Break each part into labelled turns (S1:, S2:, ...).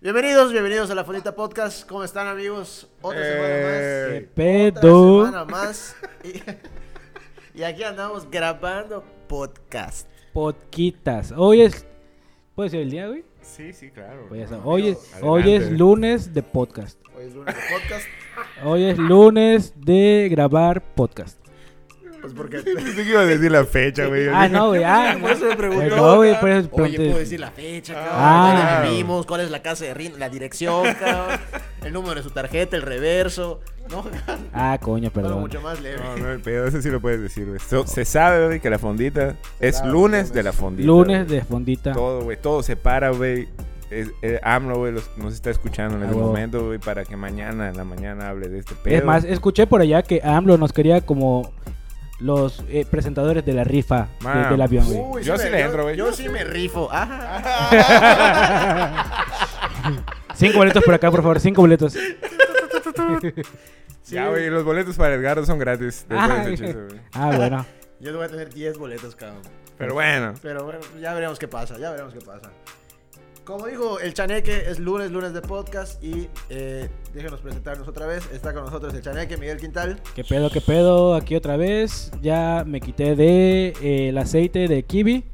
S1: Bienvenidos, bienvenidos a la Fonita Podcast. ¿Cómo están, amigos? Otra
S2: Eh.
S1: semana
S2: ¿Qué
S1: más.
S3: pedo?
S1: Otra semana más. Y, y aquí andamos grabando podcast.
S3: Podquitas. Hoy es. ¿Puede ser el día, güey?
S2: Sí, sí, claro.
S3: Pues ya
S2: No,
S3: está. hoy,
S2: amigo,
S3: es, hoy es
S2: adelante.
S3: lunes de podcast.
S1: Hoy es lunes de podcast.
S3: Hoy es lunes de grabar podcast.
S1: Pues porque.
S2: Pensé que iba a decir la fecha, güey.
S3: Ah, no, güey. Ah,
S1: Por eso me
S3: Pues
S1: preguntó.
S3: no, güey. Por eso
S1: Oye,
S3: pregunté.
S1: puedo decir la fecha, cabrón.
S3: Ah.
S1: ¿Dónde
S2: Claro.
S1: vivimos? ¿Cuál es la casa de Rino? La dirección, cabrón. El número de su tarjeta, el reverso. No,
S3: Ah, coño,
S1: algo
S3: perdón.
S1: mucho más leve.
S2: No, no, el pedo, ese sí lo puedes decir, güey. So- se sabe, güey, que la fondita es lunes de la fondita.
S3: Lunes
S2: güey.
S3: de fondita.
S2: Todo, güey. Todo se para, güey. Es- eh, AMLO, güey, los- nos está escuchando en
S3: Ah,
S2: este
S3: huevo.
S2: momento, güey, para que mañana en la mañana hable de este pedo.
S3: Es más, escuché por allá que AMLO nos quería como los eh, presentadores de la rifa de-
S2: Man.
S3: del avión, güey.
S1: Uy,
S2: Yo sí
S1: me-
S2: le entro, güey.
S1: Yo sí me rifo. Ajá.
S3: Cinco boletos por acá, por favor. Cinco boletos.
S2: ya, güey, los boletos para Edgardo son gratis. después de
S3: Ay.
S2: ese chiste, güey.
S3: Ah, bueno.
S1: Yo voy a tener 10 boletos, cabrón.
S2: Pero bueno.
S1: Pero bueno, ya veremos qué pasa, ya veremos qué pasa. Como dijo el Chaneque, es lunes, lunes de podcast y eh, déjenos presentarnos otra vez. Está con nosotros el Chaneque, Miguel Quintal.
S3: ¿Qué pedo, qué pedo? Aquí otra vez. Ya me quité de eh, el aceite de kiwi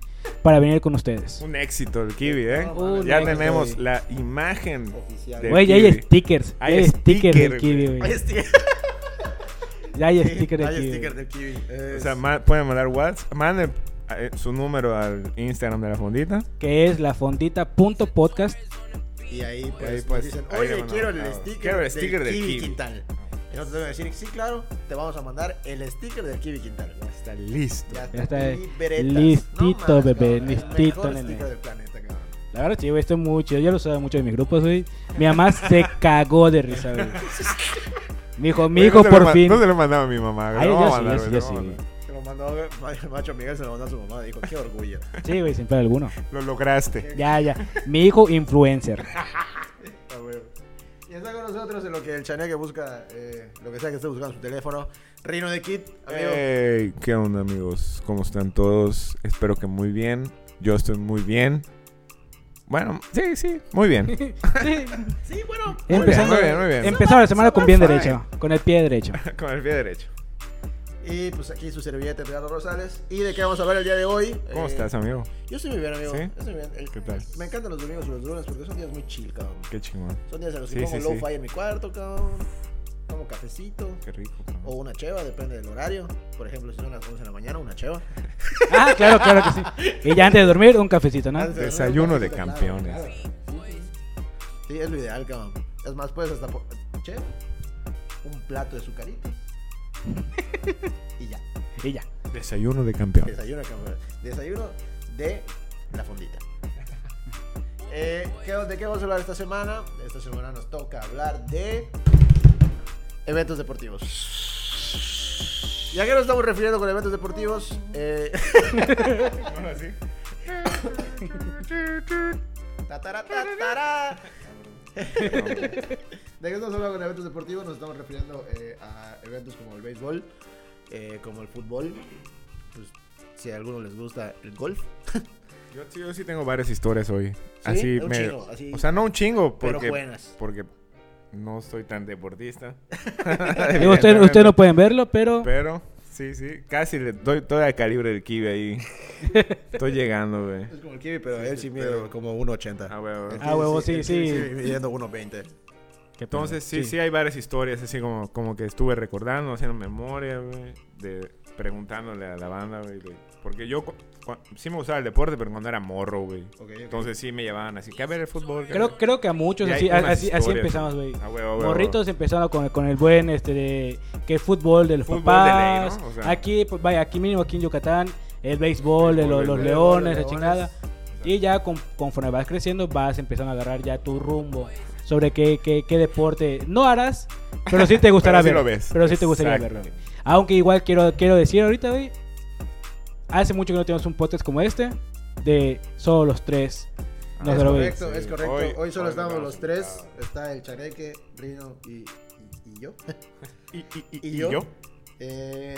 S3: para venir con ustedes.
S2: Un éxito el Kiwi, ¿eh?
S3: Un
S2: ya
S3: éxito,
S2: tenemos
S3: güey.
S2: la imagen
S1: Oficial.
S2: del
S3: Güey, ya hay
S2: Kiwi.
S3: stickers. Ya
S2: Hay
S3: hay stickers del
S2: stickers,
S3: kiwi, güey.
S1: Este-
S3: Ya hay
S1: Sí,
S3: stickers del
S1: hay
S3: kiwi.
S1: sticker del Kiwi.
S2: O
S1: Es-
S2: sea, ma- pueden mandar WhatsApp. Manden eh, su número al Instagram de la fondita.
S3: Que es la fondita.podcast.
S1: y ahí pues,
S2: ahí,
S1: nos
S2: pues,
S1: dicen,
S2: ahí le
S1: oye,
S2: mandamos,
S1: quiero el
S2: claro.
S1: sticker,
S2: Quiero el
S1: del,
S2: sticker del
S1: Kiwi
S2: Kiwi".
S1: Quintal. Y nosotros debemos decir, sí, claro, te vamos a mandar el sticker del Kiwi Quintal.
S2: Está listo.
S1: Ya
S3: Ya está,
S1: liberetas.
S3: listito,
S1: mames,
S3: bebé,
S1: cabrón,
S3: listito,
S1: El mejor
S3: nene.
S1: sticker del planeta, cabrón.
S3: La verdad, sí, güey, esto es muy chido. Yo lo usaba mucho en mis grupos, güey. Mi mamá se cagó de risa, güey. Mi hijo, mi
S2: Güey,
S3: hijo,
S2: no se lo
S3: por
S2: ma-
S3: fin.
S2: No se lo mandaba a mi mamá. güey.
S3: Ay,
S2: Lo
S3: yo
S2: vamos a
S3: sí,
S2: mandar,
S3: yo sí,
S2: güey,
S3: yo
S2: lo vamos a
S3: sí.
S2: mandar.
S1: Se lo mandó el macho Miguel, se lo mandó a su mamá. Dijo, qué orgullo.
S3: Sí, güey, sin pedo alguno.
S2: Lo lograste.
S3: Ya, ya. Mi hijo, influencer.
S1: Ah, güey. Y está con nosotros en lo que el chaneque busca, eh, lo que sea que esté buscando en su teléfono. Reino de Kit, amigo.
S2: Ey, Eh, ¿Qué onda, amigos? ¿Cómo están todos? Espero que muy bien. Yo estoy muy bien. Bueno, sí, sí, muy bien.
S3: Sí.
S1: Sí, bueno.
S2: bien,
S3: Empezando,
S2: muy bien, muy bien.
S3: Empezaba la semana con bien
S2: Fine.
S3: derecho. Con el pie derecho.
S2: Con el pie derecho.
S1: Y pues aquí su servilleta, Edgardo Rosales. ¿Y de qué vamos a hablar el día de hoy?
S2: ¿Cómo
S1: Eh,
S2: estás, amigo?
S1: Yo estoy muy bien, amigo.
S2: ¿Sí?
S1: Yo estoy bien. El-
S2: ¿Qué tal?
S1: Me encantan los domingos y los lunes porque son días muy chill, cabrón.
S2: Qué chingón.
S1: Son días en los que
S2: Sí,
S1: pongo
S2: sí,
S1: low
S2: sí.
S1: fi en mi cuarto, cabrón. Tomo cafecito.
S2: Qué rico. cabrón.
S1: O una cheva, depende del horario. Por ejemplo, si son las 11 de la mañana, una cheva.
S3: Ah, claro, claro que sí. Y ya antes de dormir, un cafecito, ¿no?
S1: Antes dormir,
S2: Desayuno
S1: un
S2: de
S1: cafecito,
S2: campeones.
S1: claro. Sí, sí. Sí, es lo ideal, cabrón. Es más, puedes hasta... po- Che, un plato de sucaritas. y ya.
S3: Y ya.
S2: Oh. Desayuno de campeón.
S1: Desayuno, cabrón. Desayuno de la fondita. Eh, ¿qué- ¿De qué vamos a hablar esta semana? Esta semana nos toca hablar de eventos deportivos. ¿Y a qué nos estamos refiriendo con eventos deportivos? Eh, Tataratatara. ¿De qué estamos hablando con eventos deportivos? Nos estamos refiriendo eh, a eventos como el béisbol, eh, como el fútbol, pues, si a algunos les gusta el golf,
S2: Yo, sí- yo sí tengo varias historias hoy. Así
S1: Un
S2: me-
S1: chingo, así.
S2: O sea, no un chingo,
S1: pero
S2: porque,
S1: buenas.
S2: porque no soy tan deportista.
S3: Digo, usted, usted no pueden verlo, pero
S2: Pero, sí, sí. Casi le doy todo el calibre del kibe ahí. Estoy llegando, güey.
S1: Es como el Kiwi, pero él sí mide
S2: pero-
S1: como 1.80.
S2: Ah, huevo.
S1: El
S3: Ah, huevo, sí,
S1: el Kiwi
S3: sí.
S1: midiendo 1.20.
S2: Entonces, sí, sí, hay varias historias así como, como que estuve recordando, haciendo memoria, güey. De, preguntándole a la banda, güey. de- porque yo cu- cu- sí me gustaba el deporte, pero cuando era morro, güey.
S1: Ok, ok.
S2: Entonces sí me llevaban así, que a ver el fútbol. que a
S3: creo,
S2: ver".
S3: creo que a muchos
S2: Y hay
S3: así,
S2: unas
S3: así, así
S2: historias.
S3: empezamos, güey.
S2: Ah, huevo, huevo,
S3: Morritos empezaron con, con el buen, este, de, que fútbol de los
S2: Fútbol de ley,
S3: papás.
S2: ¿no? O sea.
S3: aquí, pues, vaya, aquí mínimo, aquí en Yucatán, el béisbol, de los,
S2: Béisbol,
S3: los
S2: el
S1: béisbol,
S3: leones,
S1: los
S3: la chingada.
S1: leones.
S3: Y ya con- conforme vas creciendo, vas empezando a agarrar ya tu rumbo sobre qué, qué, qué deporte no harás, pero sí te gustará
S2: Pero sí
S3: verlo.
S2: lo ves.
S3: Pero sí te gustaría
S2: Exacto.
S3: verlo. Aunque igual quiero, quiero decir ahorita, güey, hace mucho que no tenemos un podcast como este de solo los tres. No
S1: Ah, es
S3: se lo ve.
S1: correcto, es
S2: Sí,
S1: correcto. Hoy,
S2: hoy-
S1: solo
S2: hoy
S1: estamos
S2: estamos
S1: los tres.
S2: invitados.
S1: Está el Chareque, Rino y, y, y yo.
S2: ¿Y, y- y-
S1: ¿Y
S2: y
S1: yo?
S2: yo?
S1: Eh,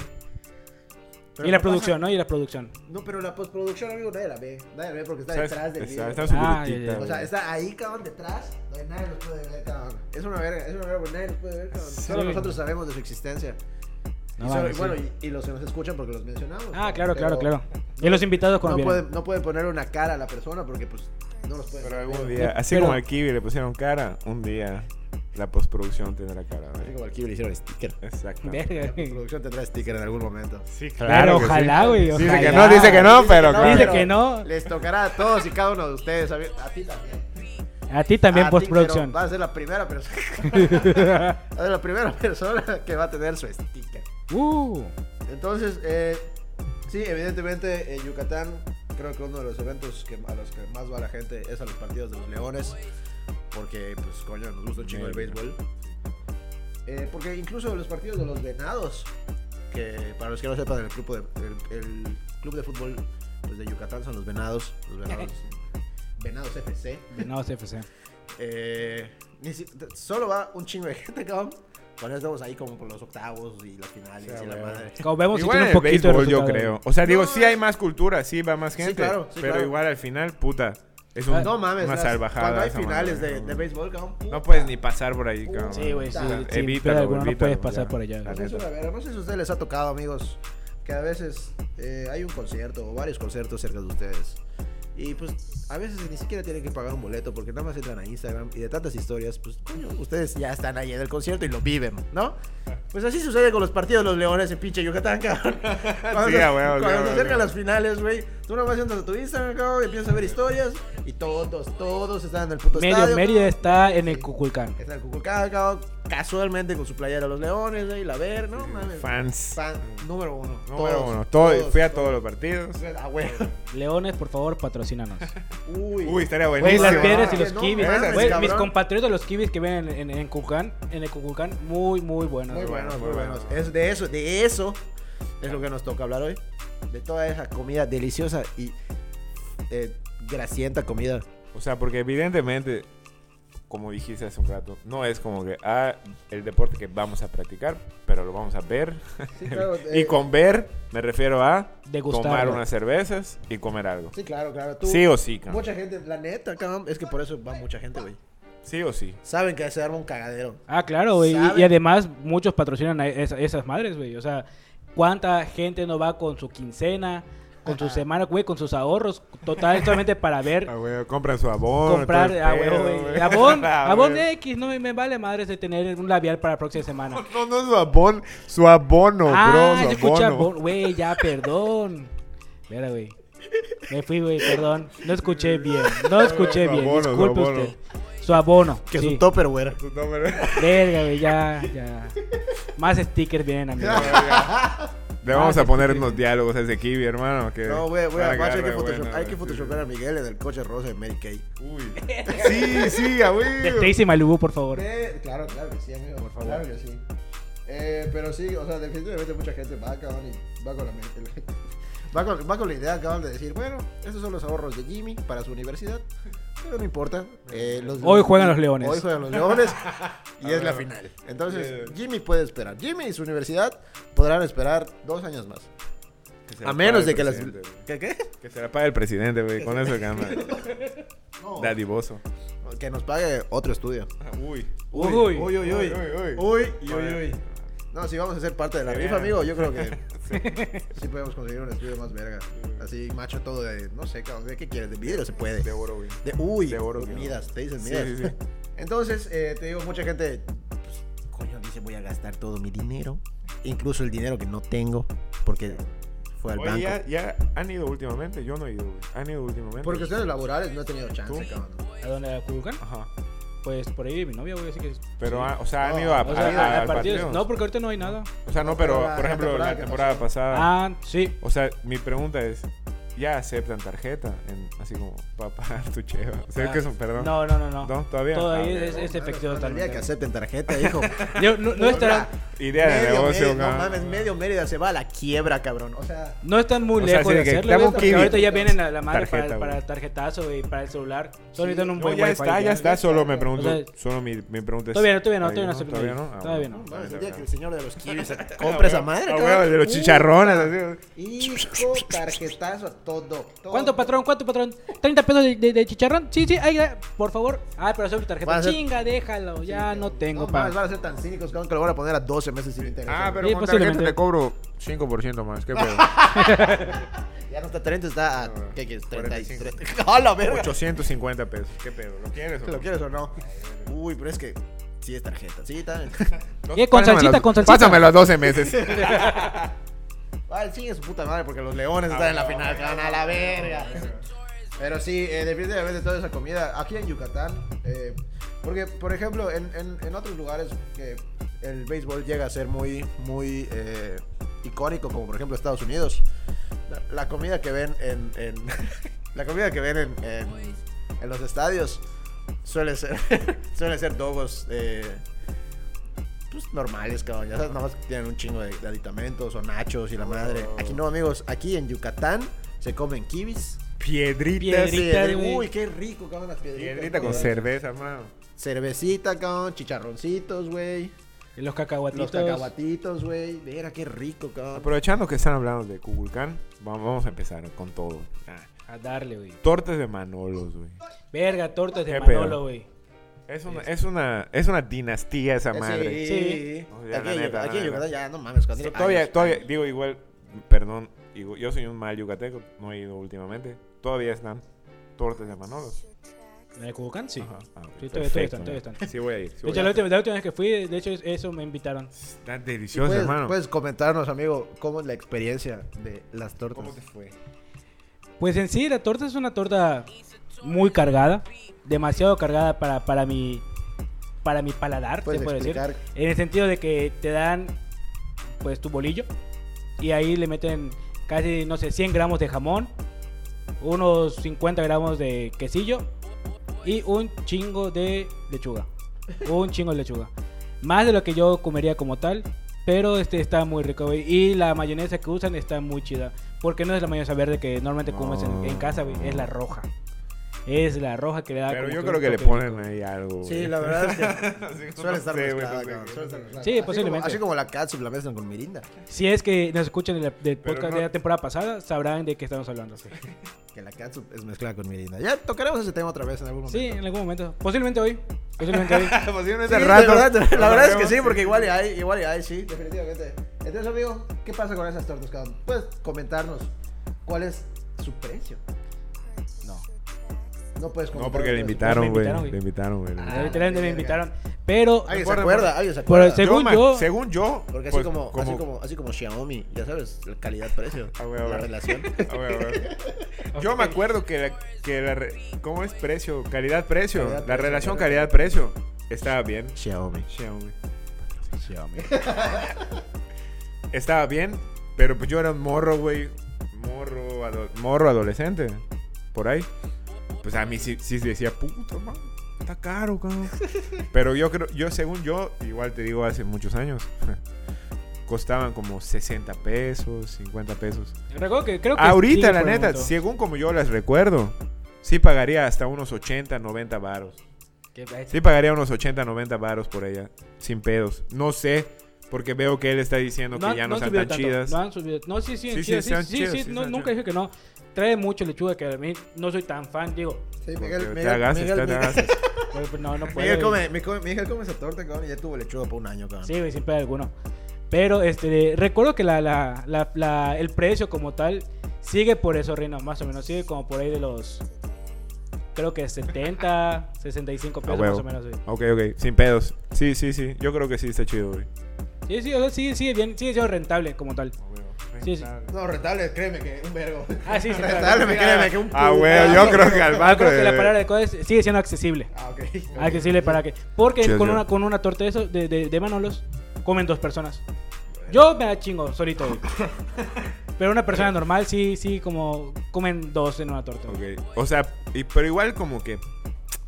S1: Pero
S3: y la
S1: no
S3: producción, ¿no? Y la producción.
S1: pasa- No, pero la postproducción, amigo, nadie la ve. Nadie la ve porque está
S2: ¿Sabes?
S1: detrás del
S2: Está,
S1: video.
S2: está en su
S3: Ah, ya,
S2: grupita,
S3: ya.
S1: O sea,
S2: güey.
S1: está ahí, cabrón, detrás. donde Nadie los puede ver, cabrón. Es una verga, es una verga, porque nadie los puede ver, cabrón.
S3: Sí.
S1: Solo nosotros sabemos de su existencia.
S3: No,
S1: y, solo-
S3: vale,
S1: y
S3: sí.
S1: bueno, y, y los que nos escuchan porque los mencionamos.
S3: Ah,
S1: cabrón,
S3: claro, claro,
S1: pero
S3: claro. Y los invitados cuando
S1: No
S3: vienen.
S1: pueden, no pueden ponerle una cara a la persona porque, pues, no los pueden
S2: Pero
S1: ver.
S2: algún día, así
S3: Pero-
S2: como al Kiwi le pusieron cara, un día la postproducción tendrá cara,
S1: Así
S2: güey.
S1: como al Kiwi le hicieron sticker.
S2: Exacto.
S1: La
S3: Verga, güey.
S1: producción tendrá sticker en algún momento.
S2: Sí,
S3: Claro,
S2: que sí.
S3: ojalá, güey.
S2: Dice que
S3: ojalá.
S2: no, dice que no,
S1: Dice
S2: pero
S1: que no,
S2: claro.
S3: Dice
S1: pero
S3: que no.
S1: Les tocará a todos y cada uno de ustedes. A, mí- a ti también.
S3: A ti también
S1: A ti,
S3: postproducción.
S1: pero Vas a ser la primera persona. vas a ser la primera persona que va a tener su sticker.
S3: Uh,
S1: Entonces, eh, sí, evidentemente en Yucatán creo que uno de los eventos que, a los que más va la gente es a los partidos de los Leones, porque pues coño, nos gusta un chingo el
S2: Mérida.
S1: béisbol. Eh, porque incluso los partidos de los Venados, que para los que no sepan, el, grupo de, el, el club de fútbol pues, de Yucatán son los Venados, los Venados, Venados FC.
S3: no, CFC.
S1: Eh, ni si- t- solo va un chingo de gente, cabrón. Cuando estamos ahí como por los octavos y las finales
S2: Sí,
S1: y la
S2: güey.
S1: madre.
S3: Como vemos, si
S2: Igual
S3: tiene
S2: en
S3: un
S2: el
S3: poquito de
S2: béisbol, yo
S3: resultado.
S2: creo. O sea, digo,
S1: No, eh.
S2: sí hay más cultura, sí va más
S1: Sí,
S2: gente.
S1: claro, sí,
S2: pero
S1: claro.
S2: igual al final, puta, es un-
S1: No mames,
S2: una
S1: las-
S2: salvajada.
S1: Cuando hay
S2: esa
S1: finales
S2: madre,
S1: de, de
S2: güey.
S1: béisbol, cabrón.
S2: No
S1: puta. Pues
S2: puedes ni pasar por ahí, cabrón.
S3: Sí, güey, sí.
S1: Ah,
S3: sí, sin
S2: evítalo,
S3: pedo alguno no
S2: evítalo,
S3: puedes
S2: ya.
S3: pasar por allá.
S2: La
S1: Pues
S2: neta.
S1: es una verga. No sé si a ustedes les ha tocado, amigos, que a veces eh, hay un concierto o varios conciertos cerca de ustedes. Y pues a veces ni siquiera tienen que pagar un boleto porque nada más entran a Instagram y de tantas historias, pues coño, ustedes ya están ahí en el concierto y lo viven, ¿no? Pues así sucede con los partidos de los leones en pinche Yucatán, cabrón. Cuando,
S2: Sí,
S1: se-
S2: a huevo, sí, a
S1: cuando se
S2: huevo.
S1: acercan las finales, güey, tú nada más entras a tu Instagram, cabrón, y empiezas a ver historias y todos, todos están en el puto
S3: Medio
S1: estadio.
S3: Mérida está en el
S1: Sí.
S3: Cuculcán.
S1: Está el Cuculcán, cabrón, casualmente con su playera los leones, güey, la ver, ¿no? Mames.
S2: Fans.
S1: Fan número uno.
S2: Número
S1: Todos,
S2: uno. Todo-
S1: todos,
S2: fui a todos los partidos.
S1: todos. Ah, güey.
S3: Leones, por favor, patrocínanos.
S1: Uy.
S2: Uy, estaría
S3: Güey,
S2: buenísimo.
S3: las
S1: no,
S3: piedras y
S1: no,
S3: los
S1: no,
S3: kibis.
S2: mames,
S3: Güey,
S1: cabrón.
S3: mis compatriotas de los kibis que ven en, en, en Cuculcán, en el Cuculcán, muy, muy buenos.
S1: muy
S3: güey.
S1: buenos, muy
S2: Muy
S1: buenos.
S2: bueno.
S1: Es de eso, de eso es lo que nos toca hablar hoy. De toda esa comida deliciosa y eh, gracienta comida.
S2: O sea, porque evidentemente, como dijiste hace un rato, no es como que ah, el deporte que vamos a practicar, pero lo vamos a ver.
S1: Sí, claro. eh,
S2: y con ver me refiero a
S3: Degustarlo.
S2: tomar unas cervezas y comer algo.
S1: Sí, claro, claro. Tú-
S2: Sí o sí, cabrón.
S1: Mucha gente, la neta, cabrón, es que por eso va mucha gente, güey.
S2: Sí o sí.
S1: Saben que se arma un cagadero.
S3: Ah, claro, güey. Y- Y,
S1: ¿Saben?
S3: además, muchos patrocinan a esa- esas madres, güey. O sea, ¿cuánta gente no va con su quincena, con su
S1: Ajá.
S3: semana, güey, con sus ahorros? Total, solamente para ver
S2: compran Ah, su abón.
S3: comprar ah, huevo, güey. Abón, abón eh. X, no me, me vale madres de tener un labial para la próxima semana.
S2: No, no su abón, su abono,
S3: ah, yo escuché abón, güey, ya, perdón. Espera, güey. Me fui, güey, perdón. No escuché bien. No escuché
S2: Su
S3: bien.
S2: abono, su
S3: Disculpe
S2: abono.
S3: usted. Su abono.
S1: Que es
S3: sí.
S1: un topperware.
S3: Verga, güey, ya, ya. Más stickers vienen, amigo.
S2: Le vamos
S3: Ah,
S2: a
S3: sí,
S2: poner
S3: sí.
S2: unos diálogos a ese Kiwi, hermano. Que
S1: No, güey, güey, macho,
S2: Ah,
S1: hay que,
S2: agarra,
S1: Photoshop,
S2: bueno,
S1: hay que
S2: sí.
S1: photoshopear a Miguel en el coche rosa de Mary Kay.
S2: Uy. Sí, sí, a
S3: De
S2: huevo.
S3: Stacy Malibu, por favor.
S1: Eh, claro, claro que sí, amigo.
S3: Por favor.
S1: Claro que sí. Eh, pero sí, o sea, definitivamente mucha gente va, cabrón, y va con la mente. Va con, va con la idea, cabrón, de decir, bueno, estos son los ahorros de Jimmy para su universidad. Pero no importa. eh, los-
S3: Hoy juegan los Leones.
S1: Hoy juegan los leones. y
S2: A
S1: es la
S2: huevo.
S1: final. Entonces,
S2: Yeah.
S1: Jimmy puede esperar. Jimmy y su universidad podrán esperar dos años más. A menos de que las. ¿Qué qué?
S2: Que se la pague el presidente, güey. Con eso gana. Dadivoso.
S1: Que nos pague otro estudio.
S2: Uy.
S3: Uy.
S1: uy, uy, uy.
S2: Uy, uy, uy.
S1: Uy, y uy,
S2: Joder.
S1: uy. No, si vamos a ser parte de la
S2: Que
S1: rifa,
S2: vean.
S1: amigo, yo creo que sí podemos conseguir un estudio más verga. Así, macho, todo de, no sé, cabrón, ¿de qué quieres? ¿De vidrio se puede?
S2: De oro, güey.
S1: De- uy,
S2: de oro, que no.
S1: midas, te dicen
S2: Sí,
S1: midas.
S2: sí, sí.
S1: Entonces, eh, te digo, mucha gente, pues, coño, dice, voy a gastar todo mi dinero, incluso el dinero que no tengo, porque fue al
S2: Oye,
S1: banco.
S2: ya, ya han ido últimamente. Yo no he ido, güey. Han ido últimamente.
S1: Por cuestiones laborales no he tenido chance,
S2: ¿Tú?
S1: cabrón.
S3: ¿A dónde la Cuculcán?
S2: Ajá.
S3: Pues por ahí mi novia, güey, así que.
S2: Pero,
S3: sí.
S2: ah, o sea, han
S1: No,
S2: ido a,
S3: O
S2: a-
S3: sea,
S2: a-
S3: a
S2: al
S3: partidos.
S2: partido.
S3: No, porque ahorita no hay nada.
S2: O sea, no, pero,
S1: Pero la-
S2: por
S1: la
S2: ejemplo,
S1: temporada
S2: la
S1: que
S2: temporada
S1: pasó.
S2: pasada.
S3: Ah, sí.
S2: O sea, mi pregunta es: ¿ya aceptan tarjeta? En, así como, para pagar tu cheva. O sea, es
S3: Ah,
S2: que eso, perdón.
S3: No, no, no, no.
S2: ¿No? ¿Todavía?
S3: Todavía
S2: Ah,
S3: es, es efectivo
S1: Bueno, el día que
S3: totalmente.
S1: acepten tarjeta, hijo.
S3: Yo- no, no estará.
S1: Ojalá.
S2: Idea de
S1: Medio
S2: negocio,
S1: Mérida,
S2: cabrón.
S1: No mames, medio Mérida se va a la quiebra, cabrón. O sea,
S3: No están muy
S2: O sea,
S3: lejos
S2: sí,
S3: de
S2: de que
S3: hacerlo,
S2: dame
S3: güey,
S2: un
S3: porque
S2: kiwi.
S3: ahorita ya vienen a la madre
S2: Tarjeta,
S3: para,
S2: güey.
S3: para tarjetazo y para el celular.
S1: Sí,
S3: Solo necesitan un
S2: No,
S3: buen
S2: ya
S3: wifi,
S2: está, ya está. Solo me pregunto.
S3: O sea,
S2: solo mi, mi pregunta es.
S3: Todavía no, todavía no,
S2: ¿ahí
S3: todavía no se
S2: ¿Todavía no?
S3: permite.
S2: Ah,
S3: Todavía
S2: bueno.
S3: no.
S1: no mames,
S2: Ah,
S1: el día que
S2: bueno.
S1: el señor de los kiwis se compre esa madre,
S2: Ah,
S1: cabrón.
S2: huevo, de los
S1: Uh,
S2: chicharrones. así.
S1: Hijo, tarjetazo a todo. todo.
S3: ¿Cuánto, patrón? ¿Cuánto, patrón? ¿30 pesos de, de- de chicharrón? Sí, sí, ahí, da, por favor. Ah, pero sobre
S1: Va
S3: tarjeta.
S1: a ser-
S3: Chinga, déjalo. Ya no tengo,
S1: No
S3: pa.
S1: mames, van a ser tan cínicos, cabrón, que lo van a poner a 12 meses sin interés.
S2: Ah,
S1: güey.
S2: pero
S3: Sí,
S2: con tarjeta
S3: posiblemente.
S2: te cobro 5% más. ¿Qué pedo?
S1: Ya no está 30, está a. ¿Qué quieres?
S2: 45.
S1: 33. ¡Hola, verga!
S2: 850 pesos. ¿Qué pedo? ¿Lo quieres o no?
S1: ¿Lo quieres o no? Uy, pero es que. Sí, es tarjeta. Sí, está.
S2: Dos-
S3: Eh, con
S2: pásamelo
S3: salsita,
S2: a-
S3: con salsita.
S2: Pásamelo a 12 meses.
S1: Ah, el chingue su puta madre porque los leones están en la final, cabrón, a la verga. Pero sí, eh, definitivamente toda esa comida aquí en Yucatán. eh, porque, por ejemplo, en, en- en otros lugares que el béisbol llega a ser muy, muy eh, icónico, como por ejemplo Estados Unidos, la, la comida que ven en. en- la comida que ven en, en- en los estadios suele ser, suele ser dogos. eh, pues normales, cabrón. Ya sabes, nada más tienen un chingo de, de aditamentos o nachos y la madre.
S2: Oh.
S1: Aquí no, amigos. Aquí en Yucatán se comen kiwis.
S2: Piedritas.
S3: Piedritas. Piedritas,
S1: Sí,
S3: güey.
S1: Uy, qué rico, cabrón, las piedritas.
S2: Piedrita con
S1: cabrón.
S2: cerveza, mano.
S1: Cervecita, cabrón. Chicharroncitos, güey.
S3: Y los
S1: Los
S3: cacahuatitos.
S1: cacahuatitos, güey. Mira, qué rico, cabrón.
S2: Aprovechando que están hablando de Cuculcán, va- vamos a empezar con todo. Ah,
S3: A darle, güey.
S2: Tortas de Manolos, güey.
S3: Verga, tortas de
S2: Qué pedo.
S3: Manolo, güey.
S2: Es una, es, una, es una dinastía esa madre.
S1: Eh, Sí.
S3: Sí.
S2: O sea,
S1: aquí
S2: la
S1: en
S2: neta,
S1: Yucatán-
S2: la
S1: aquí en
S2: neta.
S1: Yucatán ya, no mames. cuando tiene
S2: Todavía,
S1: años.
S2: todavía, digo, igual, perdón, digo, yo soy un mal yucateco, no he ido últimamente. Todavía están tortas de Manolos.
S3: ¿La de Cubucán? Sí.
S2: Ajá. Ah, ok,
S3: Sí, todavía-
S2: perfecto,
S3: todavía están,
S2: mira.
S3: todavía están.
S2: Sí voy a ir. sí
S3: De
S2: voy
S3: hecho,
S2: a
S3: la
S2: ir.
S3: última, la última vez que fui, de hecho, eso me invitaron.
S2: Están
S1: Y
S2: deliciosas,
S1: Puedes,
S2: hermano.
S1: puedes comentarnos, amigo, cómo es la experiencia de las tortas.
S2: ¿Cómo te fue?
S3: Pues en sí, la torta es una torta muy cargada. Demasiado cargada para, para mi para mi paladar, se
S1: ¿Puedes
S3: puede decir.
S1: explicar?
S3: En el sentido de que te dan, pues, tu bolillo. Y ahí le meten casi, no sé, 100 gramos de jamón. Unos 50 gramos de quesillo. Y un chingo de lechuga. Un chingo de lechuga. Más de lo que yo comería como tal. Pero este está muy rico, güey. Y la mayonesa que usan está muy chida. Porque no es la mayonesa verde que normalmente comes en, en casa, güey. Es la roja. Es la roja que le da.
S2: Pero
S3: como
S2: yo
S3: un
S2: creo que le
S3: toque rico.
S2: ponen ahí algo.
S1: Sí,
S2: güey.
S1: la verdad es que.
S2: Así como,
S1: Suele
S2: no
S1: estar
S2: sé, güey,
S1: mezclada,
S2: no sé
S1: cabrón,
S2: qué.
S1: suele estar mezclada.
S3: Sí,
S1: Así
S3: posiblemente.
S1: como- Así como la catsup la mezclan con mirinda.
S3: Si es que nos escuchan en la- del
S2: Pero
S3: podcast
S2: no-
S3: de la temporada pasada, sabrán de qué estamos hablando. Sí.
S1: Que la catsup es mezclada con mirinda. Ya tocaremos ese tema otra vez en algún momento.
S3: Sí, en algún momento. Posiblemente hoy. Posiblemente hoy.
S2: Posiblemente
S1: Pues Sí, de
S2: al rato
S1: verdad, de-
S2: nos
S1: la verdad es que
S2: vemos.
S1: sí, porque igual y hay, igual y hay, sí, definitivamente. Entonces, amigo, ¿qué pasa con esas tortas, cabrón? Puedes comentarnos cuál es su precio.
S3: No.
S1: No puedes comentar.
S2: No, porque le
S1: el precio.
S2: invitaron,
S3: Me
S2: güey.
S3: invitaron, güey.
S2: Le invitaron, güey. le
S1: Ah,
S2: invitaron.
S3: Literalmente me
S1: verga.
S3: invitaron. Pero.
S1: Alguien se acuerda,
S2: Recuerda, recuerda.
S1: alguien se
S3: Por el
S1: acuerda.
S3: seg- según
S2: ma-
S3: yo-
S2: según yo,
S1: Porque así
S2: pues,
S1: como, así como, así como Xiaomi, ya sabes, la calidad-precio,
S2: Ah, güey, ah,
S1: la
S2: güey.
S1: relación.
S2: A ver, a ver. Yo me acuerdo que la, que la re- ¿cómo es precio? Calidad precio.
S1: Calidad,
S2: la
S1: precio,
S2: relación
S1: claro.
S2: calidad precio estaba bien.
S1: Xiaomi,
S2: Xiaomi.
S1: Xiaomi.
S2: Estaba bien, pero pues yo era un morro, güey, morro, ado- morro adolescente por ahí. Pues a mí sí, sí decía, "Puta, man, está caro, cabrón." pero yo creo yo según yo, igual te digo hace muchos años, costaban como 60 pesos, 50 pesos.
S3: Recuerdo que creo que.
S2: Ahorita,
S3: sigue
S2: la
S3: por el
S2: neta,
S3: momento.
S2: según como yo las recuerdo, sí pagaría hasta unos 80, 90 varos.
S3: Que- ahí está.
S2: Sí pagaría unos 80, 90 varos por ella, sin pedos. No sé, porque veo que él está diciendo que ya no,
S3: han
S2: están
S3: subido
S2: tan
S3: tanto,
S2: chidas.
S3: No han subido. No, sí, sí,
S2: Sí, sí,
S3: sí. Sí, sí,
S2: están
S3: sí,
S2: chidas,
S3: sí,
S2: sí,
S3: no-
S2: están
S3: Nunca dije que no. Trae mucho lechuga que a mí no soy tan fan, digo.
S1: Sí,
S2: Porque
S1: Miguel,
S2: te
S1: Miguel,
S2: hagas, este,
S1: Miguel,
S2: te
S1: Miguel,
S2: hagas.
S3: pero, pues, No, no puedo.
S1: Miguel
S3: güey.
S1: come, me come- Miguel come esa torta, cabrón, y ya tuvo lechuga por un año, cabrón.
S3: Sí, güey, sin pedo alguno. Pero este, recuerdo que la, la, la, la- el precio como tal sigue por eso, Reino, más o menos. Sigue como por ahí de los. Creo que 70, 65
S2: A
S3: pesos más
S2: huevo.
S3: o menos, güey.
S2: Ok, ok, sin pedos. Sí, sí, sí. Yo creo que sí está chido, güey.
S3: Sí, sí, o sea, sí, sí, bien, sigue siendo rentable como tal. Sí, sí.
S1: No, rentable, créeme que un vergo.
S3: Ah, sí, sí.
S1: Rentable,
S3: claro.
S1: créeme que un
S2: Ah,
S1: puto-
S2: güey, yo creo que al
S3: Yo
S2: vato.
S3: creo que la
S2: eh,
S3: palabra adecuada es, sigue siendo accesible.
S1: Ah, ok.
S3: Accesible para que. Porque
S2: Sí,
S3: con,
S2: sí.
S3: Una, con una torta de, eso, de, de, de Manolos comen dos personas. Yo me la chingo solito, güey. Pero una persona normal sí, sí, como comen dos en una torta. güey.
S2: Ok. O sea, y- pero igual como que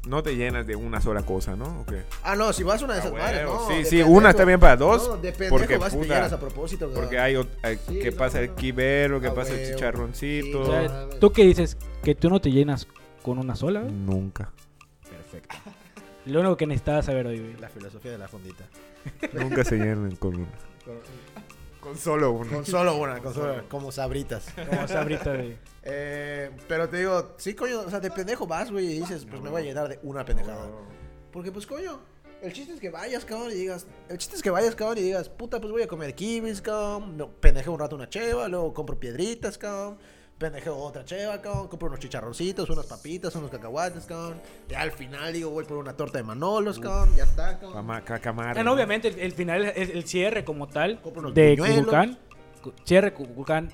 S2: no te llenas de una sola cosa, ¿no? ¿O qué?
S1: Ah, no, si vas a una de
S2: Ah,
S1: esas
S2: huevo.
S1: madres, no.
S2: Sí,
S1: de
S2: sí,
S1: pendejo-
S2: una está bien para dos,
S1: No, de pendejo
S2: porque,
S1: vas y te
S2: puta,
S1: llenas a propósito. güey.
S2: Porque hay, ot- hay-
S1: Sí,
S2: que
S1: no,
S2: pasa
S1: no.
S2: el quibero, que
S1: Ah,
S2: pasa el
S1: huevo.
S2: chicharroncito.
S1: Sí,
S3: O
S1: no,
S3: sea,
S1: mames.
S3: ¿Tú qué dices? Que tú no te llenas con una sola, güey?
S2: Mm. Nunca.
S1: Perfecto.
S3: Lo único que necesitas saber hoy, güey.
S1: La filosofía de la fondita.
S2: Nunca se llenan con una.
S1: Con,
S2: Con solo una.
S1: con solo una, con solo una, Como sabritas.
S3: Como sabrita de...
S1: Eh, pero te digo, sí, coño, o sea, de pendejo vas, güey, y dices, pues me voy a llenar de una pendejada. Porque, pues, coño, el chiste es que vayas, cabrón, y digas, el chiste es que vayas, cabrón, y digas, puta, pues voy a comer kibis, cabrón, no, pendejeo un rato una cheva, luego compro piedritas, cabrón, pendejeo otra cheva, cabrón, compro unos chicharroncitos, unas papitas, unos cacahuates, cabrón, y al final digo, voy por una torta de manolos, cabrón, ya está, cabrón.
S2: Cama- ca- camarón.
S3: Ah, no, obviamente, el, el final, el, el cierre como tal
S1: Compra unos
S3: de
S1: buñuelos.
S3: Cuculcán. cu- Cierre Cuculcán,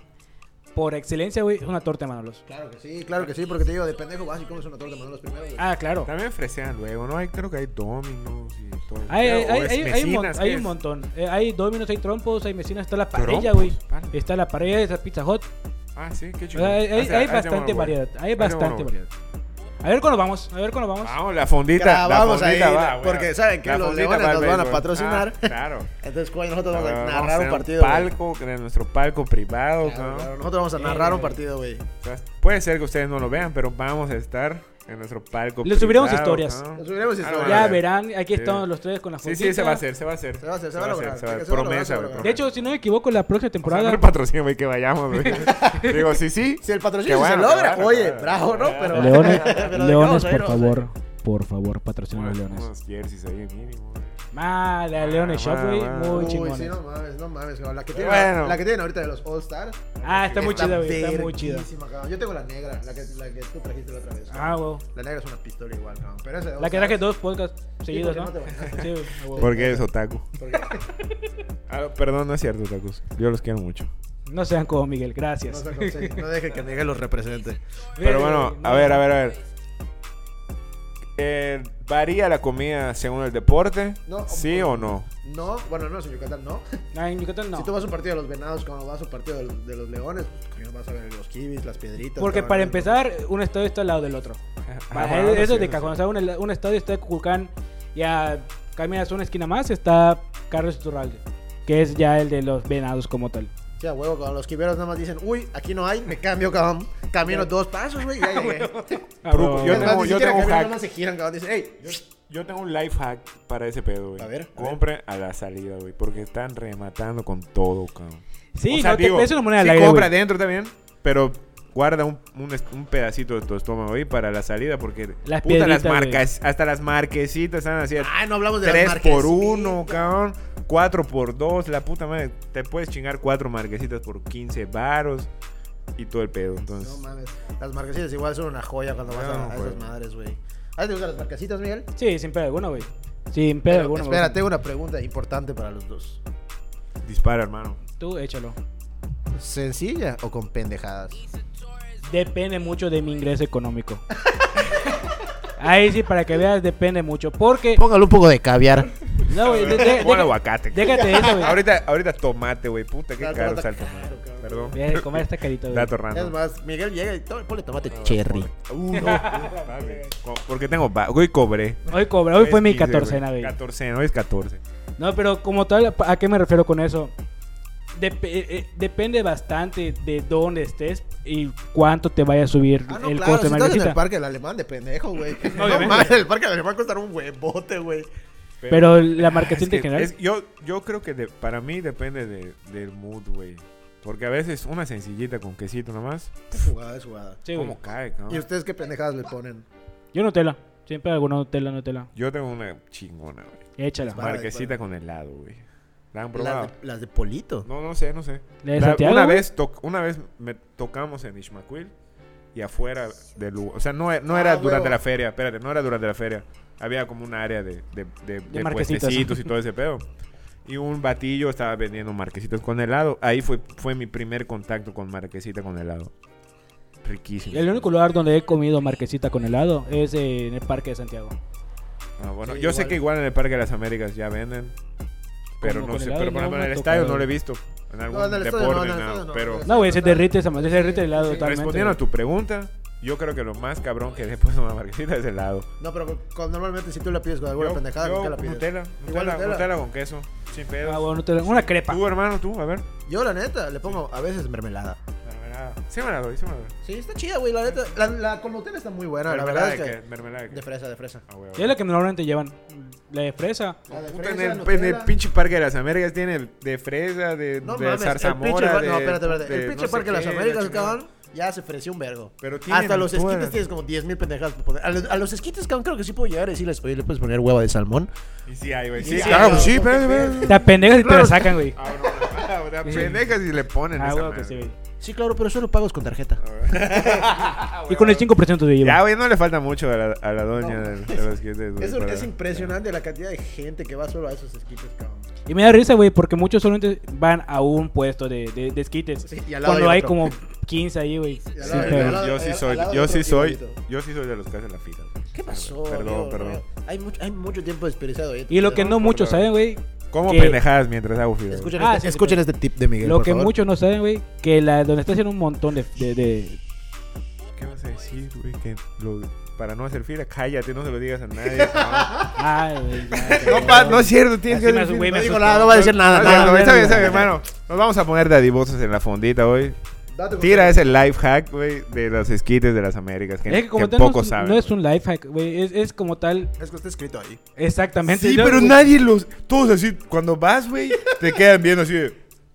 S3: por excelencia, güey, es una torta de Manolos.
S1: Claro que sí, claro que sí, porque te digo, de pendejo vas y comes una torta de manolos primero, güey.
S3: Ah, claro.
S2: También fresean luego, ¿no? Hay, creo que hay dominos y todo.
S3: Hay, hay,
S2: Creo, o
S3: hay,
S2: es
S3: hay- hay un, mon-
S2: mesinas,
S3: hay
S2: ¿qué
S3: un
S2: es?
S3: montón. Eh, hay dominos, hay trompos, hay mesinas, está la parrilla,
S2: Trompos,
S3: güey.
S2: vale.
S3: Está la parrilla, está Pizza Hot.
S2: Ah, sí, qué
S3: O
S2: chido.
S3: sea, hay, hay-
S2: Ah, sea,
S3: hay
S2: ah, sea
S3: bastante
S2: bueno,
S3: variedad.
S2: bueno.
S3: Hay
S2: Ah, sea
S3: bastante
S2: bueno, bueno.
S3: variedad. A ver cuándo vamos, a ver cuándo vamos.
S2: Vamos, la fondita. La
S1: Grabamos
S2: fondita
S1: ahí,
S2: va, güey.
S1: porque saben que
S2: La
S1: los
S2: fondita
S1: Leones
S2: va al
S1: nos van a
S2: béisbol.
S1: patrocinar.
S2: Ah, claro.
S1: Entonces, ¿cuál? Nosotros
S2: A
S1: vamos a
S2: ver, Ah, vamos a
S1: narrar
S2: hacer
S1: un partido. güey.
S2: palco, de nuestro palco privado.
S1: Claro,
S2: ¿no?
S1: claro. Nosotros vamos a narrar un partido, güey.
S2: O sea, puede ser que ustedes no lo vean, pero vamos a estar en nuestro palco
S3: Les subiremos
S2: privado,
S3: historias.
S2: ¿no?
S1: Nos subiremos
S2: Ah,
S1: historia.
S2: bueno,
S3: Ya
S2: vale.
S3: verán, aquí
S2: Sí.
S3: estamos los tres con la
S2: Sí, sí,
S3: fondita.
S2: se va a hacer, se va a hacer.
S1: Se va a hacer, se va a lograr,
S2: se va a
S1: que
S2: hacer.
S1: se va a lograr, se
S2: Promesa,
S1: va a
S2: güey.
S1: lograr.
S3: De
S2: promesa.
S3: hecho, si no me equivoco, la próxima
S2: O sea, no
S3: temporada.
S2: el patrocinio, güey, que vayamos, güey. Digo, sí, sí.
S1: Si el
S2: Qué
S1: patrocinio
S2: bueno,
S1: se
S2: qué
S1: logra,
S2: bueno,
S1: oye,
S2: qué bueno.
S1: bravo, ¿no? Pero,
S3: Leones,
S1: pero de
S3: leones,
S1: qué
S3: por
S1: vamos a ir,
S3: favor, por favor, patrocinen a los
S2: Unos,
S3: leones.
S2: unos jerseys ahí mínimo. güey.
S3: Ah, la Leones
S2: Ah,
S3: Shop, güey,
S2: ah,
S1: vamos
S3: muy
S1: a ir. Uy, sí,
S3: chingona.
S1: no mames, no mames. cabrón. La que, tiene,
S2: Bueno.
S1: la que tienen ahorita de los All Stars.
S3: Ah, está muy chida, güey, está muy chida.
S1: verguísima, cabrón. Yo tengo la negra, la que, la que tú trajiste la otra vez.
S3: Ah,
S1: cabrón.
S3: güey.
S1: La negra es una pistola igual, cabrón. Pero esa de
S3: La que
S1: All
S3: traje
S1: Stars,
S3: dos podcasts seguidos,
S1: porque
S3: ¿no?
S1: no te bañaste.
S3: Sí, a huevo.
S2: Porque es otaku.
S1: porque-
S2: Ah, perdón, no es cierto, otakus. Yo los quiero mucho.
S3: No sean como Miguel,
S1: no,
S3: gracias.
S1: se consigue, no dejen que Miguel los represente.
S2: Pero
S3: Ve,
S2: bueno,
S3: no,
S2: a ver, a ver, a ver. Eh, ¿Varía la comida según el deporte?
S1: No,
S2: ¿Sí o no?
S1: No, bueno, no, señor Yucatán, no.
S3: no, en Yucatán no.
S1: Si tú vas a un partido de los venados, como vas a un partido de los, de los leones, pues, coño, vas a ver los kibis, las piedritas.
S3: Porque
S1: cabrón,
S3: para
S1: el-
S3: empezar, un estadio está al lado del otro.
S2: Ah,
S3: Para-
S2: bueno,
S3: eso
S2: sí,
S3: es de
S2: sí.
S3: cajón. O sea, un, un estadio está en Cuculcán. Ya caminas una esquina más, está Carlos Iturralde. Que es ya el de los venados como tal.
S1: Sí, a huevo, cabrón. Los quiberos nada más dicen, uy, aquí no hay, me cambio, cabrón. Camino
S3: Ya.
S1: dos pasos, güey, ya llegué.
S3: Ah,
S2: Pero
S3: bueno.
S2: yo
S1: Es más,
S2: tengo-
S1: ni siquiera
S2: tengo un
S1: caminan,
S2: hack.
S1: nada más se giran, cabrón. Dicen, hey,
S2: Yo tengo un life hack para ese pedo, güey.
S1: A ver, a ver.
S2: Compre a la salida, güey. Porque están rematando con todo, cabrón.
S3: Sí,
S2: O sea,
S3: no, te-
S2: digo,
S3: es una moneda
S2: sí
S3: al aire,
S2: compra
S3: güey.
S2: adentro también, pero guarda un, un es- un pedacito de tu estómago ahí para la salida porque
S3: Las
S2: puta,
S3: piedritas,
S2: las
S3: güey.
S2: marcas, hasta las marquesitas están así.
S1: ay, Ah, no hablamos de las
S2: 3
S1: marquesitas.
S2: por 1, cabrón. 4 por 2, la puta madre. Te puedes chingar 4 marquesitas por 15 varos y todo el pedo. Entonces,
S1: No mames. Las marquesitas igual son una joya cuando vas
S2: No, pues.
S1: a, a esas
S2: güey.
S1: madres, güey. ¿A ti te gustan las marquesitas, Miguel?
S3: Sí, sin pedo alguno, güey. Sin pedo alguno. güey.
S1: espera, tengo una pregunta importante para los dos.
S2: dispara, hermano.
S3: Tú échalo.
S1: ¿Sencilla o con pendejadas?
S3: Depende mucho de mi ingreso económico. Ahí sí, para que veas, depende mucho. Porque.
S1: Póngale un poco de caviar.
S3: No, güey, de- de-
S2: Pon
S3: deja-
S2: aguacate.
S3: déjate eso, güey.
S2: Ahorita, ahorita tomate, güey. Puta, qué
S1: Claro,
S2: caro
S1: está
S2: está el tomate.
S1: caro, cabrón.
S2: Perdón.
S3: Ve, Comer esta carita, güey.
S2: Dato
S1: Es
S2: random.
S1: más, Miguel llega y to- ponle tomate cherry.
S2: Uh, no, papi. Co- Porque tengo. va- Hoy cobré.
S3: Hoy cobra, hoy fue mi
S2: 15,
S3: catorcena, güey.
S2: 14, hoy es 14.
S3: No, pero como tal, ¿a qué me refiero con eso? Dep- eh, eh, depende bastante de dónde estés y cuánto te vaya a subir
S1: Ah, no,
S3: el
S1: claro, si
S3: costo de
S1: estás en el
S3: marquesita.
S1: parque del alemán de pendejo, güey. No,
S2: Obviamente.
S1: mames, el parque del alemán costará un huevote, güey.
S3: Pero la marquesita
S2: Ah, Es que-
S3: en general.
S2: es- yo, yo creo que de- para mí depende de- del mood, güey. Porque a veces una sencillita con quesito nomás.
S1: Es jugada, es jugada.
S3: Sí, güey.
S2: ¿Cómo cae, cabrón?
S1: ¿Y ustedes qué pendejadas le ponen?
S3: Yo Nutella. Siempre alguna Nutella, Nutella.
S2: Yo tengo una chingona, güey.
S3: Échala.
S1: Vale,
S2: Marquesita con helado, güey. ¿La han probado?
S1: Las de, las de Polito.
S2: No, no sé, no sé.
S3: ¿La de
S2: La-
S3: Santiago,
S2: una,
S3: güey?
S2: vez toc- una vez me tocamos en Ishmaquil y afuera del lugar. O sea, no, e- no era
S1: Ah,
S2: durante
S1: huevo.
S2: la feria, espérate, no era durante la feria. Había como un área de, de, de- de
S3: marquesitas.
S2: puestecitos y todo ese pedo. Y un batillo estaba vendiendo marquesitas con helado. Ahí fue, fue mi primer contacto con marquesita con helado. Riquísimo.
S3: El único lugar donde he comido marquesita con helado es eh, en el Parque de Santiago.
S2: Ah, bueno,
S1: Sí,
S2: yo sé
S1: igual.
S2: que igual en el Parque de las Américas ya venden. Pero
S3: Como
S2: no
S3: con
S2: sé,
S3: helado,
S2: pero por
S3: no
S2: ejemplo
S3: me
S2: en el
S3: ha
S2: estadio
S3: tocado.
S2: no lo he visto. En algún
S1: en el estadio no,
S2: deporte,
S1: en el
S2: nada,
S1: estadio no,
S2: pero
S1: en el
S3: No, güey, se derrite esa madre, se derrite el helado
S1: Sí, sí.
S3: totalmente.
S2: respondiendo a
S3: güey.
S2: tu pregunta, Yo creo que lo más cabrón que le he puesto a una marquesita es helado.
S1: No, pero con- normalmente si tú la pides con alguna
S2: Yo-
S1: pendejada,
S2: yo
S1: ¿con qué la pides?
S2: Nutella,
S1: Igual
S2: Nutella,
S1: Nutella.
S2: Nutella con queso, sin pedos.
S3: Ah, bueno, no te la- una crepa.
S2: Tú, hermano, tú, a ver.
S1: Yo, la neta, le pongo a veces mermelada.
S2: Mermelada. Sí me la doy, sí me la doy.
S1: Sí, está chida, güey, la neta. La, la con Nutella está muy buena, la
S2: mermelada
S1: verdad es
S2: de
S1: que...
S2: qué, mermelada de qué.
S1: De fresa, de fresa.
S2: Ah, güey,
S3: Es la que normalmente llevan. La de fresa.
S1: La de
S2: Puta,
S1: fresa,
S2: en, el, en el
S1: Nutella.
S2: pinche parque de las Américas tiene de fresa, de,
S1: No
S2: de
S1: mames, el pinche,
S2: zarzamora.
S1: par-
S2: de,
S1: no, espérate, espérate. el pinche
S2: no sé
S1: parque de las
S2: qué, la
S1: Américas,
S2: chingada.
S1: cabrón, ya se ofreció un vergo.
S2: Pero tienen
S1: Hasta los
S2: todas.
S1: esquites tienes como 10.000 pendejadas para poner. A los, a los esquites, cabrón, creo que sí puedo llegar y decirles, oye, le puedes poner hueva de salmón.
S2: Y sí hay, güey.
S1: Y
S2: Sí,
S1: sí hay,
S2: claro,
S1: güey,
S2: sí,
S1: porque
S2: espérate,
S1: sí.
S2: espérate.
S3: Te pendejas y te la sacan, güey.
S2: Ah, bueno, ah, o sea, pendejas y le ponen
S3: Ah,
S2: esa
S3: huevo que
S2: madre.
S3: sí, güey.
S1: Sí, claro, pero solo pagas con tarjeta.
S3: Y con el 5% de IVA.
S2: Ya, güey, no le falta mucho a la, a la doña
S1: No.
S2: de, de los esquites, güey,
S1: Es, un-
S2: para-
S1: es impresionante la cantidad de gente que va solo a esos esquites, cabrón.
S3: Y me da risa, güey, porque muchos solamente van a un puesto de, de, de esquites.
S1: Sí, y al lado
S3: cuando
S1: hay
S3: hay
S1: otro.
S3: como 15 ahí, güey.
S1: al
S3: Sí,
S2: Sí,
S1: lado hay
S3: pero-
S1: otro.
S2: yo, yo sí
S1: al
S2: soy,
S1: lado
S2: yo
S1: otro
S2: sí soy,
S1: igualito.
S2: yo sí soy de los que hacen la fila. güey.
S1: ¿Qué pasó?
S2: Perdón,
S1: amigo?
S2: perdón.
S1: Hay mucho, hay mucho tiempo desperdiciado. ahí.
S3: Y lo que no
S2: por
S3: muchos
S2: favor.
S3: saben, güey.
S2: ¿Cómo
S3: que-
S2: pendejadas mientras hago fila? güey?
S1: Escuchen,
S3: Ah,
S1: este,
S3: sí,
S1: escuchen
S3: sí,
S1: este tip de Miguel.
S3: Lo
S1: por
S3: que
S1: favor.
S3: muchos no saben, güey. Que la, donde está haciendo un montón de. de, de-
S2: ¿Qué vas a decir, güey? Que lo- para no hacer fila, cállate, no se lo digas a nadie. cabrón.
S3: Ay, güey. ya,
S2: no,
S3: ya,
S2: pa,
S3: ya.
S2: no es cierto, tienes
S3: Así
S2: que
S3: me
S2: decir-
S3: güey,
S1: No
S3: me
S1: digo
S3: asustó.
S1: nada, no voy a decir nada.
S2: No,
S1: nada,
S2: no,
S1: nada,
S2: está bien,
S1: nada.
S2: está bien, hermano. Nos vamos a poner dadivosos en la fondita hoy.
S1: Date con
S2: Tira
S1: tu-
S2: ese life hack, güey, de los esquites de las Américas, que,
S3: Es que como
S2: que
S3: tal, no,
S2: poco
S3: es, un-
S2: saben.
S3: no es un life hack, güey. Es, es como tal.
S1: Es que está escrito ahí.
S3: Exactamente.
S2: Sí,
S3: Yo-
S2: pero nadie los... Todos así, cuando vas, güey, te quedan viendo así de...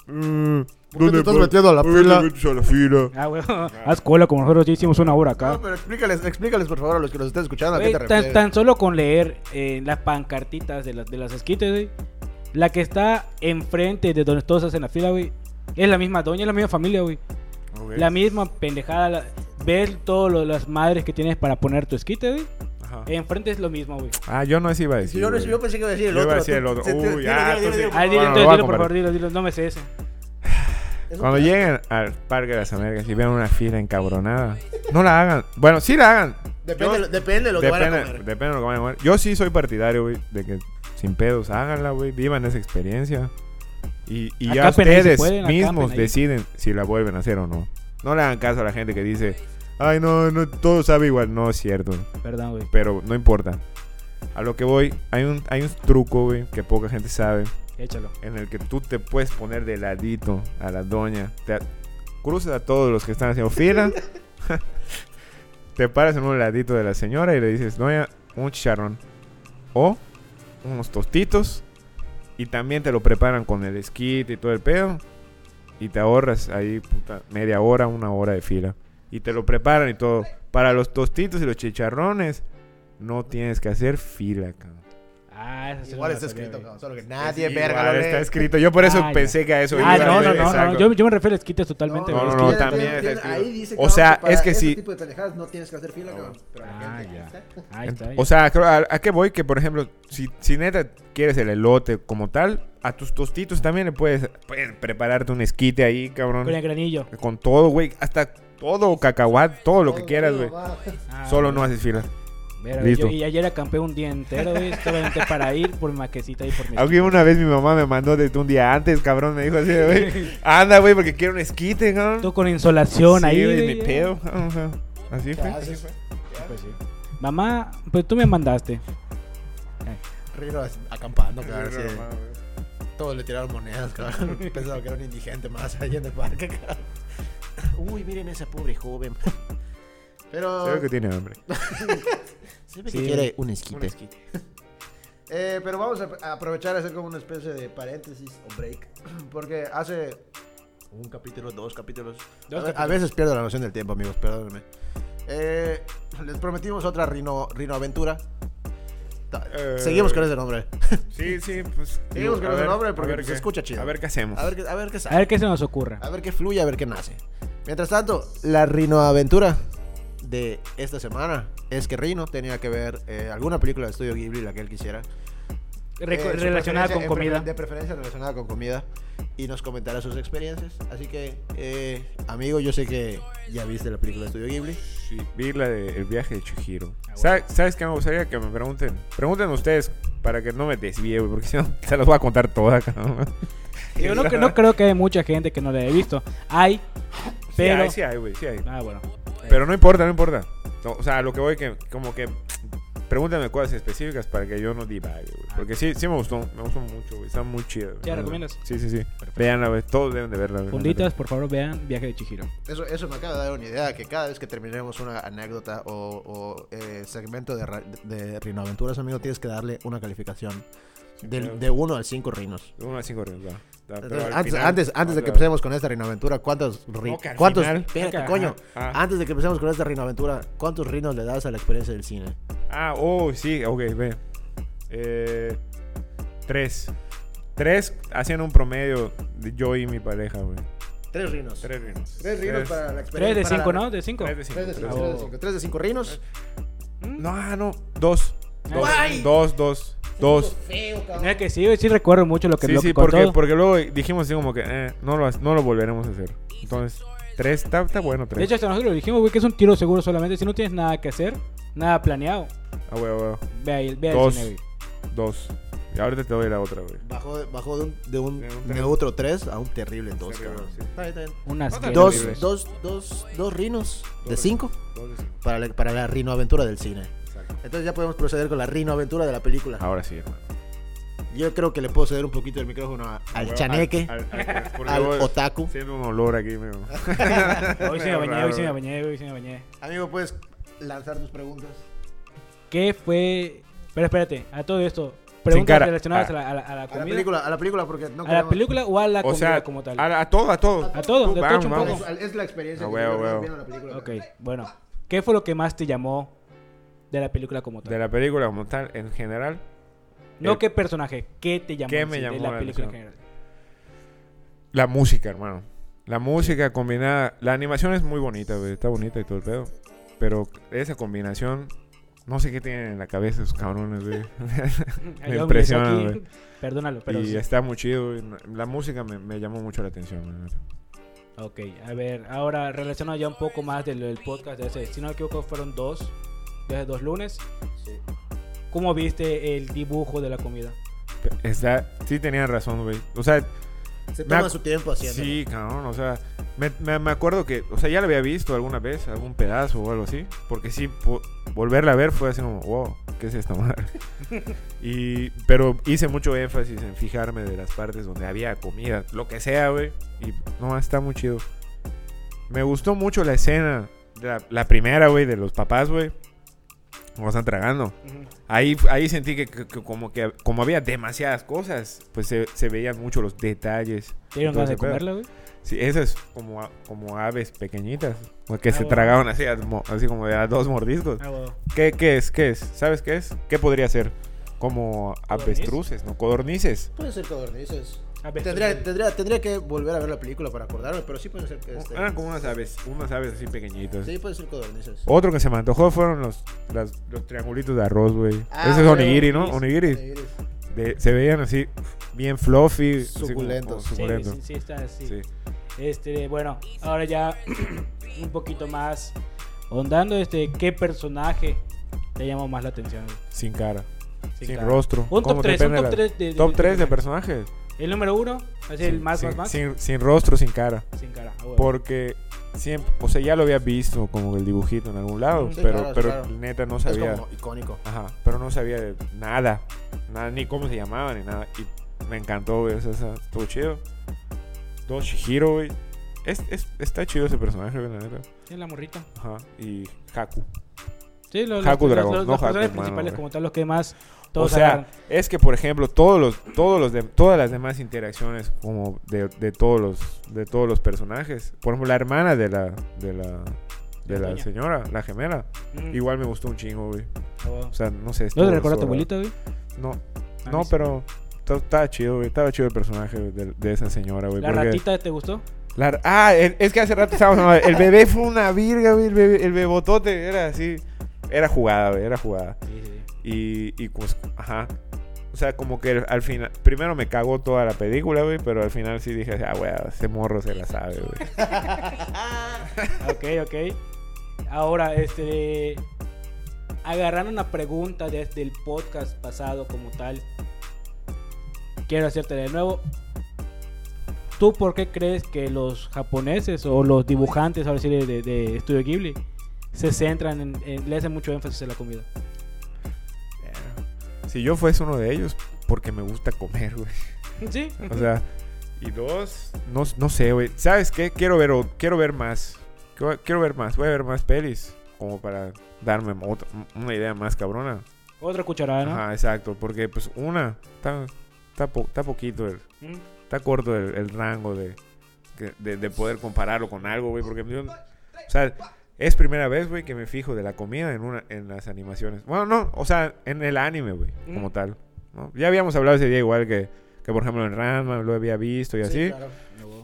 S2: mm,
S1: ¿Por qué te estás
S2: voy?
S1: metiendo a la
S2: ¿Por qué
S1: fila?
S2: te metes a la fila?
S3: Ah, güey. Haz cola como nosotros ya hicimos una hora acá.
S1: No, pero explícales, explícales por favor a los que nos están escuchando a qué
S3: Güey,
S1: te
S3: tan,
S1: refieres.
S3: tan solo con leer eh, las pancartitas de, las de las esquites, güey. La que está enfrente de donde todos hacen la fila, güey. Es la misma doña, es la misma familia, güey.
S2: Ok.
S3: La misma pendejada. la- Ver todas las madres que tienes para poner tu esquite, güey.
S2: Ajá.
S3: Enfrente es lo mismo, güey.
S2: Ah, yo no así iba a decir,
S1: yo, no-
S2: güey.
S1: yo pensé que iba a decir el
S2: Yo
S1: otro.
S2: iba a decir
S1: tú-
S2: el otro.
S1: sí, sí,
S2: Uy,
S1: dilo,
S2: ah,
S1: dilo, dilo,
S2: entonces-
S1: dilo.
S3: Ah, dilo,
S2: Bueno, lo
S3: entonces
S2: voy a
S3: dilo, por
S2: comparar.
S3: favor, dilo, dilo. No me sé ese.
S1: Es un
S2: Cuando
S1: clásico.
S2: lleguen al Parque de las Américas y vean una fila encabronada, no la hagan. Bueno, sí la hagan.
S1: Depende,
S2: Yo-
S1: depende de lo que van a
S2: depende,
S1: comer.
S2: depende de lo que van a comer. Yo sí soy partidario, güey, de que sin pedos háganla, güey. Vivan esa experiencia. Y, y ya
S3: Acá apenas ahí se
S2: ustedes
S3: pueden, acá
S2: mismos
S3: apenas ahí.
S2: deciden si la vuelven a hacer o no. No le hagan caso a la gente que dice, ay, no, no, todo sabe igual. No es cierto,
S3: Perdón, güey.
S2: pero no importa. A lo que voy, hay un, hay un truco, güey, que poca gente sabe.
S3: Échalo.
S2: en el que tú te puedes poner de ladito a la doña, te a- cruzas a todos los que están haciendo fila, te paras en un ladito de la señora y le dices, doña, un chicharrón o unos tostitos y también te lo preparan con el esquite y todo el pedo y te ahorras ahí puta, media hora, una hora de fila y te lo preparan y todo. Para los tostitos y los chicharrones no tienes que hacer fila, cabrón.
S3: Ah, esa sí no
S1: Igual
S3: me
S1: está
S3: la sabía,
S1: escrito,
S3: güey.
S1: cabrón, solo que
S2: nadie
S1: nadie verga lo lee.
S2: está escrito. Yo por eso
S3: Ah, ya.
S2: pensé que a eso
S3: Ah,
S2: iba,
S3: no,
S2: güey,
S3: no, no, no.
S2: exacto.
S3: Yo, yo me refiero a esquites totalmente,
S2: No,
S3: güey.
S2: no,
S3: Es
S2: no,
S3: que-
S1: tiene-
S2: también
S1: tiene-
S2: es escrito.
S1: Ahí dice,
S2: O
S1: cabrón,
S2: sea,
S1: para
S2: es que
S1: ese
S2: sí.
S1: tipo de pendejadas no tienes que hacer fila, cabrón. Pero la
S3: Ah,
S1: gente-
S3: ya. Ahí está.
S2: O sea, creo- a, a qué voy que por ejemplo, si, si neta quieres el elote como tal, a tus tostitos también le puedes, puedes prepararte un esquite ahí, cabrón.
S3: Con el granillo.
S2: Con todo, güey, hasta todo cacahuat, todo lo que
S1: Todo
S2: quieras,
S1: frío,
S2: güey.
S1: va.
S3: Ah,
S2: Solo no haces fila.
S3: Mira,
S2: Listo.
S3: yo- y ayer acampé un día entero, güey, solamente para ir por mi maquecita y por mi...
S2: Aunque una vez mi mamá me mandó desde un día antes, cabrón, me dijo así, güey, anda, güey, porque quiero un esquite, cabrón.
S3: Tú con insolación
S2: Sí,
S3: ahí,
S2: güey,
S3: güey,
S2: ni
S3: ya.
S2: pedo. cabrón, o sea, Así
S1: ¿Qué
S2: fue.
S1: haces?
S3: Pues sí. Mamá, pues tú me mandaste.
S1: Rino acampando, cabrón.
S2: Cabrón,
S1: sí.
S2: mamá, güey.
S1: Todos le tiraron monedas, cabrón. Pensaba que era un indigente más ahí en el parque, cabrón. Uy, miren esa pobre joven. Pero.
S2: Creo que tiene hambre.
S1: Se ve
S3: Sí.
S1: un
S2: Un esquite.
S1: Eh, pero vamos a a aprovechar a hacer como una especie de paréntesis o break. Porque hace un capítulo, dos capítulos. a,
S3: Dos
S1: ve- a
S3: capítulos.
S1: veces pierdo la noción del tiempo, amigos, perdónenme. Eh, les prometimos otra rino, rinoaventura. Ta-
S2: Eh.
S1: Seguimos con ese nombre.
S2: Sí, sí, pues.
S1: Seguimos con
S2: a
S1: ese
S2: ver-
S1: nombre
S2: a
S1: porque pues,
S2: ver
S1: se
S2: qué-
S1: escucha chido.
S2: A ver qué hacemos.
S1: A ver, qué- a ver qué
S3: A
S1: sale.
S3: ver qué se nos ocurra.
S1: A ver qué fluye, a ver qué nace. Mientras tanto, la rinoaventura de esta semana es que Rino tenía que ver eh, alguna película de estudio Ghibli, la que él quisiera. Eh,
S3: Reco-
S1: su
S3: relacionada
S1: preferencia-
S3: con
S1: en
S3: comida.
S1: prefer- De preferencia relacionada con comida. Y nos comentará sus experiencias. Así que, eh, amigo, yo sé que ya viste la película de Estudio Ghibli.
S2: Sí, vi la de El viaje de Chihiro.
S1: Ah,
S3: bueno.
S2: ¿Sabes, ¿Sabes qué me gustaría que me pregunten? Pregunten ustedes para que no me desvíe, güey, porque si no se las voy a contar todas, cabrón.
S3: Yo no, no creo que haya mucha gente que no la haya visto. Hay,
S2: Pero,
S3: pero...
S2: sí hay, sí hay, güey, sí hay.
S3: Ah, bueno.
S2: Pero,
S1: eh.
S2: Pero no importa, no importa. No, o sea, lo que voy que como que pregúntame cosas específicas para que yo no divague, güey.
S1: Ah.
S2: Porque sí, sí me gustó, me gustó mucho, güey. Está muy chido.
S3: ¿Te la recomiendas?
S2: Sí, sí, sí. Veanla, güey. Todos deben de verla. güey.
S3: Funditas, por favor, vean Viaje de Chihiro.
S1: Eso, eso me acaba de dar una idea, que cada vez que terminemos una anécdota o, o, eh, segmento de, ra- de Rinoaventuras, amigo, tienes que darle una calificación del-
S2: claro.
S1: de 1 al 5 rinos.
S2: Uno a cinco rondas, va. Da, Ah, pero al
S1: Antes,
S2: final-
S1: antes, antes de que
S2: o sea,
S1: empecemos con esta rinoaventura, ¿cuántos rinos?
S2: No, que al
S1: ¿Cuántos?
S2: final-
S1: Espérate,
S3: Ajá.
S1: coño.
S2: Ah.
S1: Antes de que empecemos con esta rinoaventura, ¿cuántos rinos le das a la experiencia del cine?
S2: Ah, oh, sí, ok, ve. Eh, tres. Tres hacían un promedio de yo y mi pareja, güey.
S1: Tres rinos.
S2: Tres rinos.
S1: Tres rinos para la experiencia.
S3: Tres de
S1: para
S3: cinco,
S1: la-
S3: ¿no? De cinco.
S2: Tres de cinco.
S1: Tres de cinco,
S2: tres
S1: tres
S2: de cinco.
S1: de cinco. Tres de cinco rinos.
S2: No, ah, no. Dos. Dos,
S1: Guay.
S2: dos, dos. dos.
S1: Feo, cabrón.
S3: Es que sí, sí recuerdo mucho lo que
S2: Sí,
S3: lo
S2: sí,
S3: que contó.
S2: porque, porque luego dijimos así como que eh, no, lo, ha- no lo volveremos a hacer. Entonces, tres, está, está bueno, tres.
S3: De hecho, hasta nosotros lo dijimos, güey, que es un tiro seguro solamente. Si no tienes nada que hacer, nada planeado,
S2: ah, güey, güey.
S3: ve ahí, ve al
S2: Dos.
S3: cine, güey.
S2: Dos. Y ahorita te doy la otra, güey.
S1: Bajó, de- bajó de un, de un
S2: De un
S1: neutro 3 a un terrible 2,
S2: Terrible,
S1: cabrón.
S2: sí.
S1: Está bien, está bien.
S3: Una
S2: Otra
S3: asquerosa,
S1: Dos,
S3: güey.
S2: terrible.
S1: dos, dos, dos rinos de
S2: Dos.
S1: 5
S2: Dos de cinco.
S1: para la, para la rinoaventura del cine.
S2: Exacto. Ah.
S1: Entonces ya podemos proceder con la rinoaventura de la película.
S2: Ahora sí, hermano.
S1: Yo creo que le puedo ceder un poquito el micrófono a- al
S2: Güey,
S1: chaneque,
S2: Al,
S1: al,
S2: al- porque voy-
S1: otaku.
S2: Siento un olor aquí, güey.
S3: Hoy sí me bañé, hoy sí me bañé, hoy sí me bañé.
S1: Amigo, puedes lanzar tus preguntas.
S3: ¿Qué fue...? Pero espérate, a todo esto,
S2: Sin
S3: preguntas
S2: cara.
S3: relacionadas a
S2: Ah.
S3: la, a la- a la
S1: A la
S3: comida.
S1: película, a la película porque no
S3: ¿A la película o a la
S2: O
S3: comida
S2: sea,
S3: como tal?
S2: A, a todo, a todo.
S3: A todo,
S2: Tú,
S3: de
S2: vamos,
S3: tocho un
S2: vamos.
S3: poco.
S1: Es, es la experiencia
S2: Ah,
S1: que
S2: huevo,
S1: tuvieron
S2: huevo.
S1: viendo la película.
S3: Ok, bueno. ¿Qué fue lo que más te llamó de la película como tal?
S2: De la película como tal, en general.
S3: No
S2: el-
S3: qué personaje, qué te llamó,
S2: ¿Qué
S3: en
S2: me
S3: sí
S2: llamó
S3: de
S2: la
S3: la película en
S2: atención?
S3: general.
S2: La música, hermano. La música combinada. La animación es muy bonita, güey. Está bonita y todo el pedo. Pero esa combinación. No sé qué tienen en la cabeza esos cabrones, güey.
S3: Hay
S2: me
S3: hombres
S2: impresiona,
S3: aquí,
S2: güey.
S3: Perdónalo, pero...
S2: Y
S3: sí.
S2: está muy chido, güey. La música me, me llamó mucho la atención, güey.
S3: Ok, a ver, ahora relacionado ya un poco más del, del podcast de ese, si no me equivoco fueron dos, desde dos lunes. ¿Cómo viste el dibujo de la comida?
S2: Pe- Está, sí tenían razón, güey. O sea,
S1: Se
S2: Me
S1: toma
S2: ac-
S1: su tiempo haciendo.
S2: Sí, cabrón, o sea, me, me- me acuerdo que, o sea, ya la había visto alguna vez, algún pedazo o algo así, porque sí, po- volverla a ver fue así como, wow, ¿qué es esta madre? y, pero hice mucho énfasis en fijarme de las partes donde había comida, lo que sea, güey, y no, está muy chido. Me gustó mucho la escena, la, la primera, güey, de los papás, güey, como están tragando. Ahí, ahí sentí que, que- que como que como había demasiadas cosas, pues se, se veían mucho los detalles.
S3: ¿Te dieron
S2: Todo
S3: ganas de
S2: ese pedo.
S3: comerla, güey?
S2: Sí, esas como, a- como aves pequeñitas. como Que
S3: Ah,
S2: se
S3: bueno.
S2: tragaban así, a mo- así como de a dos mordiscos.
S3: Ah, wow.
S2: ¿Qué, qué es? ¿Qué es? ¿Sabes qué es? ¿Qué podría ser? Como
S3: ¿Codorniz?
S2: avestruces, ¿no? Codornices.
S1: Puede ser codornices.
S3: A ver,
S1: Tendría,
S3: espérate.
S1: tendría, tendría que volver a ver la película para acordarme, pero sí puede ser que este-
S2: Eran Ah, como Oh, unas aves, unas aves así pequeñitas.
S1: Sí, puede ser codornices.
S2: Otro que se me antojó fueron los, las- los triangulitos de arroz, güey.
S1: Ah,
S2: Ese es
S1: güey,
S2: onigiri, ¿no?
S1: Sí,
S2: Onigiri.
S1: eres-
S2: De- se veían así, bien fluffy. así como-
S1: Suculentos.
S2: como
S1: Sí,
S3: Sí,
S2: suculento.
S3: sí, sí, está así.
S2: Sí.
S3: Este, bueno, ahora ya un poquito más ahondando, este, ¿qué personaje te llamó más la atención? güey?
S2: Sin cara.
S3: Sin
S2: Sin,
S3: cara.
S2: rostro.
S3: Un top
S2: ¿Cómo?
S3: 3, un
S2: Depende
S3: top
S2: de la-
S3: 3 de, de-
S2: Top
S3: de-
S2: 3 de personajes.
S3: El número uno, así el
S2: Sin-
S3: más,
S2: sin-
S3: más, más.
S2: Sin, sin rostro, sin cara.
S3: Sin cara, ah, huevo.
S2: Porque siempre, o sea, ya lo había visto como el dibujito en algún lado,
S1: Mm, Sí,
S2: pero,
S1: claro,
S2: pero
S1: claro.
S2: neta no
S1: Es
S2: sabía.
S1: como icónico.
S2: Ajá, pero no sabía de nada, nada, ni cómo se llamaba, ni nada. Y me encantó, güey, o sea, esa- estuvo chido. Todo Shihiro, güey. Es, es- está chido ese personaje, güey, la neta.
S3: Sí, la morrita.
S2: Ajá, y Haku.
S3: Sí, los,
S2: Haku
S3: los-
S2: Dragón,
S3: los-
S2: no
S3: los
S2: Haku
S3: personajes
S2: humano,
S3: principales
S2: güey.
S3: como tal, los que más todos
S2: o sea,
S3: agarran.
S2: es que por ejemplo todos los, todos los de- todas las demás interacciones como de, de todos los de todos los personajes. Por ejemplo, la hermana de la de la de
S3: La
S2: la
S3: doña.
S2: señora, la gemela.
S3: Mm.
S2: Igual me gustó un chingo, güey.
S3: Ah, huevo.
S2: O sea, no sé.
S3: ¿No
S2: estuvo-
S3: te recuerda a tu
S2: estuvo-
S3: abuelita, güey?
S2: No,
S3: A
S2: no,
S3: mí sí.
S2: pero to- estaba chido, güey. Estaba chido el personaje güey, de, de esa señora, güey.
S3: ¿La
S2: porque-
S3: ratita te gustó?
S2: la ra- ah, el- es que hace rato estábamos hablando. El bebé fue una virga, güey. El, bebé- el bebotote era así. Era jugada, güey. Era jugada.
S3: Sí, sí.
S2: Y, y pues, ajá. O sea, como que al final. Primero me cagó toda la película, güey. Pero al final sí dije, ah, güey, ese morro se la sabe, güey.
S3: Ok, ok. Ahora, este. Agarrando una pregunta desde el podcast pasado como tal. Quiero hacerte de nuevo. ¿Tú por qué crees que los japoneses o los dibujantes, ahora sí, de, de, de Studio Ghibli, se centran, en, en- le hacen mucho énfasis a la comida.
S2: Si yo fuese uno de ellos, porque me gusta comer, güey.
S3: Sí,
S2: O sea, y dos, no, no sé, güey. ¿Sabes qué? Quiero ver, o- quiero ver más. Quiero, quiero ver más. Voy a ver más pelis. Como para darme otra- una idea más cabrona.
S3: otra cucharada, ¿no?
S2: Ajá, exacto. Porque, pues, una, está, está, po- está poquito, el-
S3: Mm.
S2: está corto el, el rango de, que- de, de poder compararlo con algo, güey. Porque, yo- o sea, es primera vez, güey, que me fijo de la comida en, una, en las animaciones. Bueno, no, o sea, en el anime, güey,
S3: Mm.
S2: como tal. ¿no? Ya habíamos hablado ese día igual que, que, por ejemplo, en Ranma lo había visto y así.
S1: Sí, claro.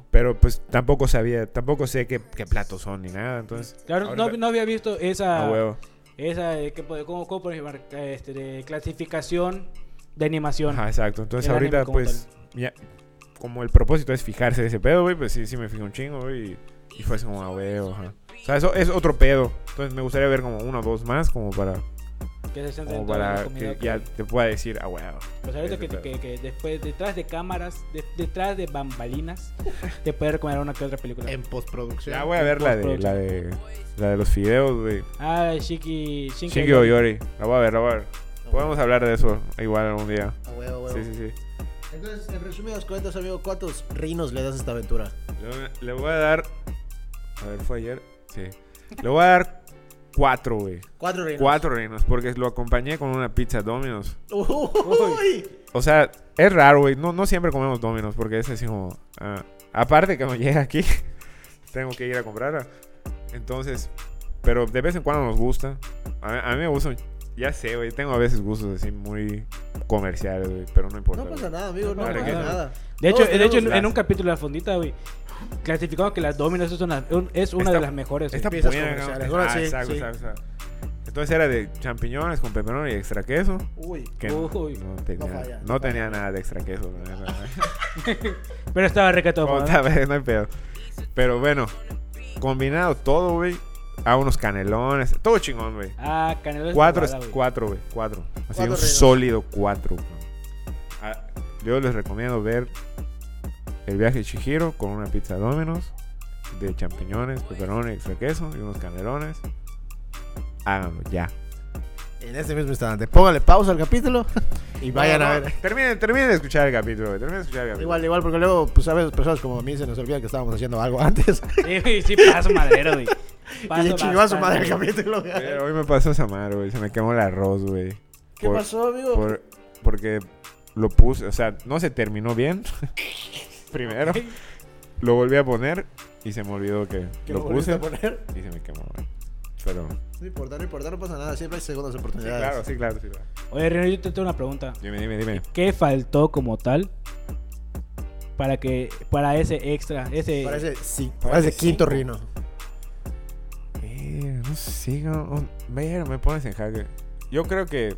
S2: Pero, pues, tampoco sabía, tampoco sé qué, qué platos son ni nada. Entonces,
S3: Claro, no,
S2: Ahorita-
S3: no había visto
S1: Ah,
S3: esa...
S2: a huevo.
S3: Esa de que puede- ¿cómo, cómo podemos llamar? Este, de clasificación de animación.
S2: Ajá, exacto. Entonces
S3: El anime
S2: ahorita,
S3: como
S2: pues, ya- como el propósito es fijarse de ese pedo, güey, pues sí, sí me fijé un chingo, güey. Y, y fue así como, ah, güey, ajá. O sea, eso es otro pedo. Entonces me gustaría ver como uno o dos más, como para,
S3: que se centra
S2: como
S3: en toda la
S2: para
S3: comida
S2: que
S3: que-
S2: ya te pueda decir, ah, güey.
S3: pues ahorita que,
S2: ese
S3: que- que después, detrás de cámaras, de- detrás de bambalinas, te puede recomendar una que otra película.
S2: Em.
S1: En postproducción.
S2: Ya voy a ver la de, la de, la de los fideos, güey.
S3: Ah, Shiki... Shinkai
S2: Shinki
S3: Yori.
S2: Oyori. La voy a ver, la voy a ver.
S1: A huevo,
S2: Podemos hablar de eso igual algún día.
S1: a huevo, a huevo.
S2: Sí, sí, sí.
S1: Entonces, en resumidas cuentas, amigo, ¿cuántos rinos le das a esta aventura?
S2: Le- Le voy a dar. A ver, fue ayer. Sí. Le voy a dar cuatro, güey.
S1: Cuatro rinos.
S2: Cuatro reinos, porque lo acompañé con una pizza Domino's.
S1: Uy.
S2: O sea, es raro, güey. No, no siempre comemos Domino's, porque es así como... ah, aparte que cuando llega aquí, tengo que ir a comprarla. Entonces, pero de vez en cuando nos gusta. A, mí- a mí me gusta... un- Ya sé, güey. Tengo a veces gustos así muy comerciales, güey. Pero no importa.
S1: No pasa
S2: güey.
S1: nada, amigo, no
S2: Para
S1: pasa
S2: que-
S1: nada.
S3: De hecho,
S1: Todos
S3: de hecho en,
S1: tenemos
S3: en un capítulo de la fondita, güey, clasificamos que las Dominos es una, un- es una
S2: Esta-
S3: de las mejores. güey.
S2: Está
S1: piezas
S2: buena, ¿no?
S1: comerciales. Ahora
S2: Ah,
S1: sí,
S2: exacto,
S1: sí.
S2: exacto, exacto. Entonces era de champiñones con pepperoni y extra queso.
S1: Uy.
S2: Que no-
S3: Uy.
S2: no, tenía,
S1: No falla,
S2: no
S1: no
S2: tenía nada de extra queso. la neta, güey.
S3: Pero estaba rica todo.
S2: Otra vez, no hay pedo. Pero bueno, combinado todo, güey. A unos canelones. Todo chingón, güey.
S3: Ah, Canelo es
S2: Cuatro,
S3: jugada,
S2: es-
S3: güey.
S2: cuatro, güey. Cuatro. Así
S1: Cuatro
S2: un
S1: reinos.
S2: sólido cuatro. güey. Ah, Yo les recomiendo ver el viaje de Chihiro con una pizza Domino's de champiñones, pepperoni, extra queso y unos canelones. Háganlo ya.
S1: En este mismo instante. Póngale pausa al capítulo y vayan a ver.
S2: Terminen, terminen de escuchar el capítulo, güey. Terminen de escuchar el capítulo.
S1: Igual, igual, porque luego, pues a veces personas como a mí se nos olvida que estábamos haciendo algo antes.
S3: Sí, güey, sí, paso madero, güey.
S1: y
S3: Paso
S1: ya chingó a su
S3: bastante,
S1: madre el
S3: güey.
S1: capítulo.
S2: Eh, Hoy me pasó esa madre, güey. Se me quemó el arroz, güey.
S1: ¿Qué
S2: Por-
S1: pasó, amigo?
S2: por- porque lo puse, o sea, no se terminó bien. Primero. Lo volví a poner y se me olvidó que
S1: ¿Qué
S2: lo
S1: volviste
S2: puse
S1: a poner?
S2: y se me quemó, güey. Pero.
S1: No importa, no importa, no pasa nada. Siempre hay segundas
S2: Sí,
S1: oportunidades.
S2: claro, sí, claro, sí, claro.
S3: Oye, Reno, yo te tengo una pregunta.
S2: Dime, dime, dime.
S3: ¿Qué faltó como tal para que para ese extra, ese
S1: Parece, sí,
S2: Parece
S1: parece quinto
S2: cinco.
S1: rino.
S2: Eh, no sé, no, no- ver, me pones en jaque. Yo creo que.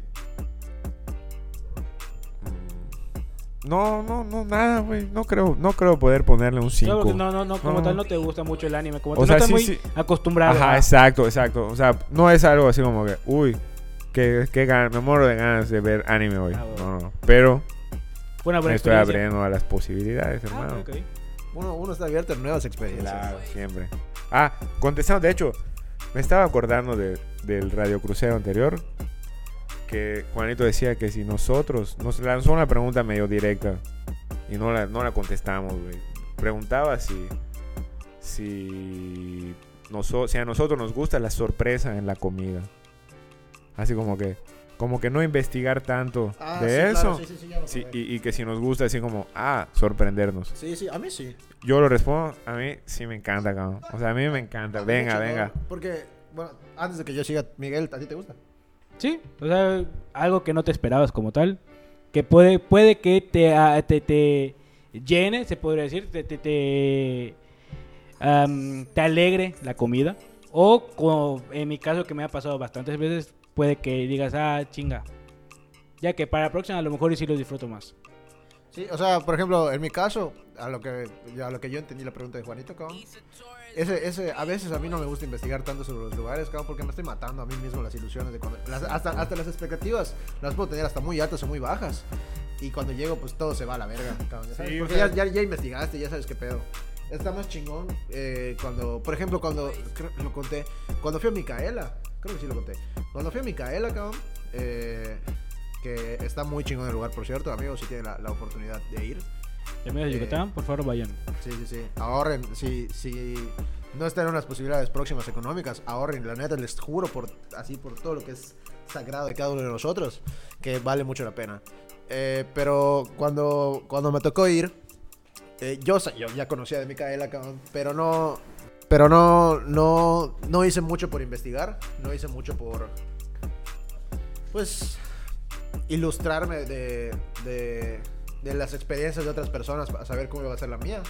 S2: Mm, No, no, no, nada, güey. No creo, no creo poder ponerle un 5.
S3: Claro, porque no, no, no, como
S2: No.
S3: tal no te gusta mucho el anime, como
S2: O
S3: tal
S2: sea,
S3: no estás
S2: sí,
S3: muy
S2: sí.
S3: acostumbrado.
S2: Ajá,
S3: a-
S2: exacto, exacto. O sea, no es algo así como que, uy, que, que gan- me muero de ganas de ver anime hoy.
S3: Ah, bueno.
S2: No, no. Pero
S3: Fue una
S2: me
S3: buena
S2: estoy
S3: experiencia.
S2: abriendo a las posibilidades, hermano.
S3: Ah, ok.
S1: Uno, uno está abierto a nuevas experiencias.
S2: Claro, siempre. Ah, contestando, de hecho, me estaba acordando de- del radiocrucero anterior que Juanito decía que si nosotros nos lanzó una pregunta medio directa y no la, no la contestamos, güey. Preguntaba si si, noso- si a nosotros nos gusta la sorpresa en la comida. Así como que como que no investigar tanto
S1: Ah,
S2: de
S1: sí,
S2: eso.
S1: claro, sí, sí, sí, ya me
S2: Sí,
S1: acordé.
S2: y, y que si nos gusta así como, ah, sorprendernos.
S1: sí, sí, a mí sí.
S2: Yo lo respondo, a mí sí me encanta, cabrón. O sea, a mí me encanta. Venga,
S1: Mucho,
S2: venga.
S1: ¿no? Porque, bueno, antes de que yo siga, Miguel, ¿a ti te gusta?
S3: Sí, o sea, algo que no te esperabas como tal, que puede puede que te ah, te, te llene, se podría decir, te te, te, am, te alegre la comida o como en mi caso que me ha pasado bastantes veces, puede que digas, "Ah, chinga." Ya que para la próxima a lo mejor y sí lo disfruto más.
S1: Sí, o sea, por ejemplo, en mi caso, a lo que, a lo que yo entendí la pregunta de Juanito, cabrón, ese, ese, a veces a mí no me gusta investigar tanto sobre los lugares, cabrón, porque me estoy matando a mí mismo las ilusiones de cuando, las- hasta, hasta las expectativas las puedo tener hasta muy altas o muy bajas, y cuando llego, pues todo se va a la verga, cabrón, ya sabes,
S2: Sí, o
S1: porque
S2: sea-
S1: ya, ya- ya investigaste, ya sabes qué pedo. está más chingón eh, cuando, por ejemplo, cuando creo- lo conté, cuando fui a Micaela, creo que sí lo conté. Cuando fui a Micaela, cabrón, eh, que está muy chingón el lugar, por cierto, amigos, si tienen la, la oportunidad de ir.
S3: Amigos de
S1: Eh,
S3: Yucatán, por favor vayan.
S1: Sí, sí, sí. Ahorren, si, si no están en unas posibilidades próximas económicas, ahorren, la neta, les juro por así por todo lo que es sagrado de cada uno de nosotros, que vale mucho la pena. Eh, pero cuando, cuando me tocó ir, eh, yo, sa- yo ya conocía de Micaela, cabrón, pero no. Pero no, no, no hice mucho por investigar, no hice mucho por, pues, ilustrarme de, de, de las experiencias de otras personas para saber cómo iba a ser la mía.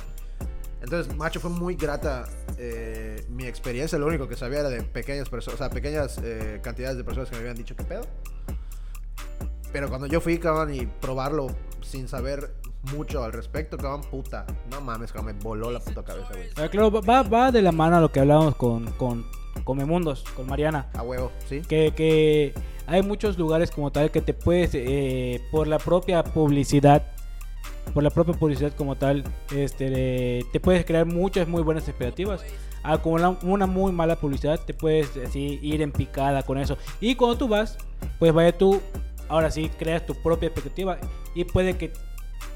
S1: Entonces, macho, fue muy grata eh, mi experiencia. Lo único que sabía era de pequeñas personas, o sea, pequeñas eh, cantidades de personas que me habían dicho qué pedo. Pero cuando yo fui, cabrón, y probarlo sin saber mucho al respecto, cabrón, puta. No mames, cabrón, me voló la puta cabeza, güey.
S3: Ah, claro, va, va de la mano a lo que hablábamos con, con Comemundos, con Mariana.
S1: A huevo, ¿sí?
S3: que, que hay muchos lugares como tal que te puedes eh, por la propia publicidad por la propia publicidad como tal este de- te puedes crear muchas muy buenas expectativas acumular una muy mala publicidad te puedes así ir en picada con eso y cuando tú vas pues vaya tú ahora sí creas tu propia expectativa y puede que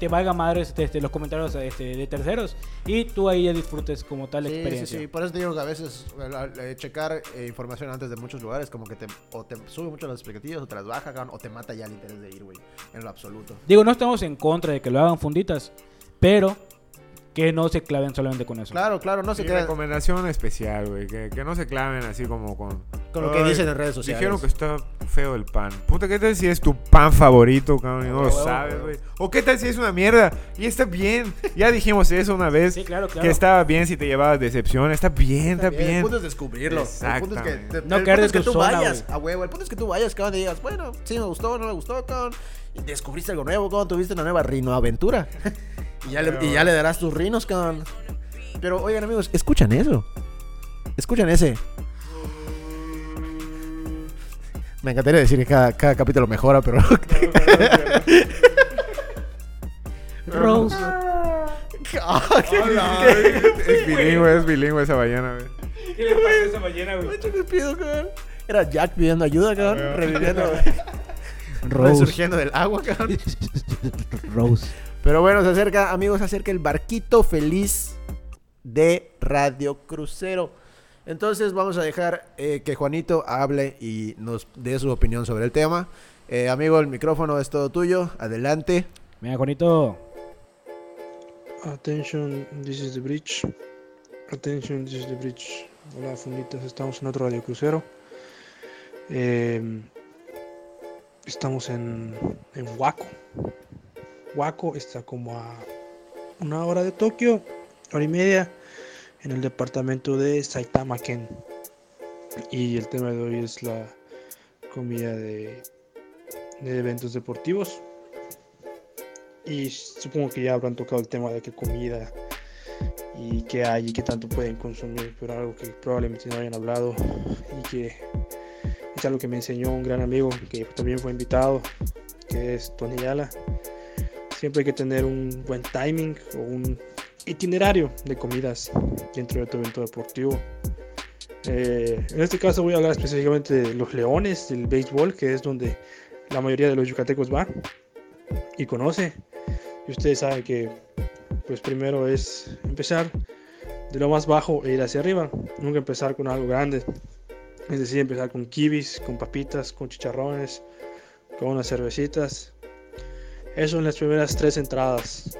S3: te valga madres este, este, los comentarios este, de terceros y tú ahí ya disfrutes como tal la
S1: Sí,
S3: experiencia
S1: sí, sí. Por eso te digo que a veces la- la- eh, checar eh, información antes de muchos lugares como que te, o te sube mucho las expectativas o te las baja, cabrón, o te mata ya el interés de ir, güey, en lo absoluto.
S3: Digo, no estamos en contra de que lo hagan funditas, pero que no se claven solamente con eso.
S1: Claro, claro, no se
S2: Mi
S1: queda
S2: recomendación especial, güey. Que, que no se claven así como con...
S1: con lo que
S2: "Ay,
S1: dicen en redes sociales.
S2: Dijeron que está feo el pan. Puta, ¿qué tal si es tu pan favorito, cabrón? Y no
S1: Huevo,
S2: lo sabes,
S1: huevo.
S2: güey. O qué tal si es una mierda. Y está bien. Ya dijimos eso una vez.
S3: Sí, claro, claro.
S2: Que estaba bien si te llevabas decepción. Está bien, está,
S1: El
S2: bien.
S1: punto es descubrirlo. El punto es que,
S2: Exactamente.
S1: te-
S3: No
S1: el
S3: caer
S1: punto
S3: de
S1: es que
S3: tu
S1: tú
S3: zona,
S1: vayas
S3: güey.
S1: a huevo. El punto es que tú vayas, cabrón, y digas, bueno, sí me gustó, no me gustó, cabrón. Y descubriste algo nuevo, cabrón. Tuviste una nueva rinoaventura. y, ya le, y ya le darás tus rinos, cabrón. Pero oigan, amigos, escuchan eso. Escuchan ese. Me encantaría decir que cada, cada capítulo mejora, pero.
S3: Rose.
S1: ah,
S2: Hola, güey. es bilingüe, es bilingüe esa ballena, güey.
S3: ¿Qué le pasó a esa ballena, güey?
S1: Macho, qué pedo, cabrón. Era Jack pidiendo ayuda, cabrón. Reviviendo.
S3: Rose.
S1: Ah, Resurgiendo del agua, cabrón.
S3: Rose.
S1: Pero bueno, se acerca, amigos, se acerca el barquito feliz de Radio Crucero. Entonces vamos a dejar eh, que Juanito hable y nos dé su opinión sobre el tema. Eh, amigo, el micrófono es todo tuyo. Adelante.
S3: Mira, Juanito.
S4: Attention, this is the bridge. Attention, this is the bridge. Hola, funditas, estamos en otro radio crucero. Em, estamos en, en Waco. Waco está como a una hora de Tokio, hora y media, en el departamento de Saitama Ken. Y el tema de hoy es la comida de, de eventos deportivos. Y supongo que ya habrán tocado el tema de qué comida y qué hay y qué tanto pueden consumir, pero algo que probablemente no hayan hablado y que es algo que me enseñó un gran amigo que también fue invitado, que es Tony Yala. Siempre hay que tener un buen timing o un itinerario de comidas dentro de tu evento deportivo. Eh, en este caso voy a hablar específicamente de los leones del béisbol, que es donde la mayoría de los yucatecos va y conoce. Y ustedes saben que, pues primero es empezar de lo más bajo e ir hacia arriba. Nunca empezar con algo grande. Es decir, empezar con kibis, con papitas, con chicharrones, con unas cervecitas. Eso en las primeras tres entradas.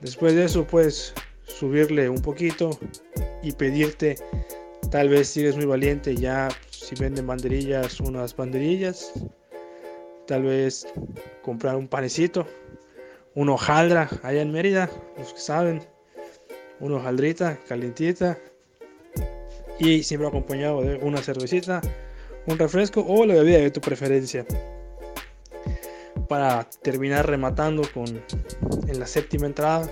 S4: Después de eso, pues subirle un poquito y pedirte, tal vez si eres muy valiente, ya si venden banderillas, unas banderillas. Tal vez comprar un panecito, una hojaldra allá en Mérida, los que saben, una hojaldrita calientita y siempre acompañado de una cervecita, un refresco o la bebida de tu preferencia. Para terminar rematando con en la séptima entrada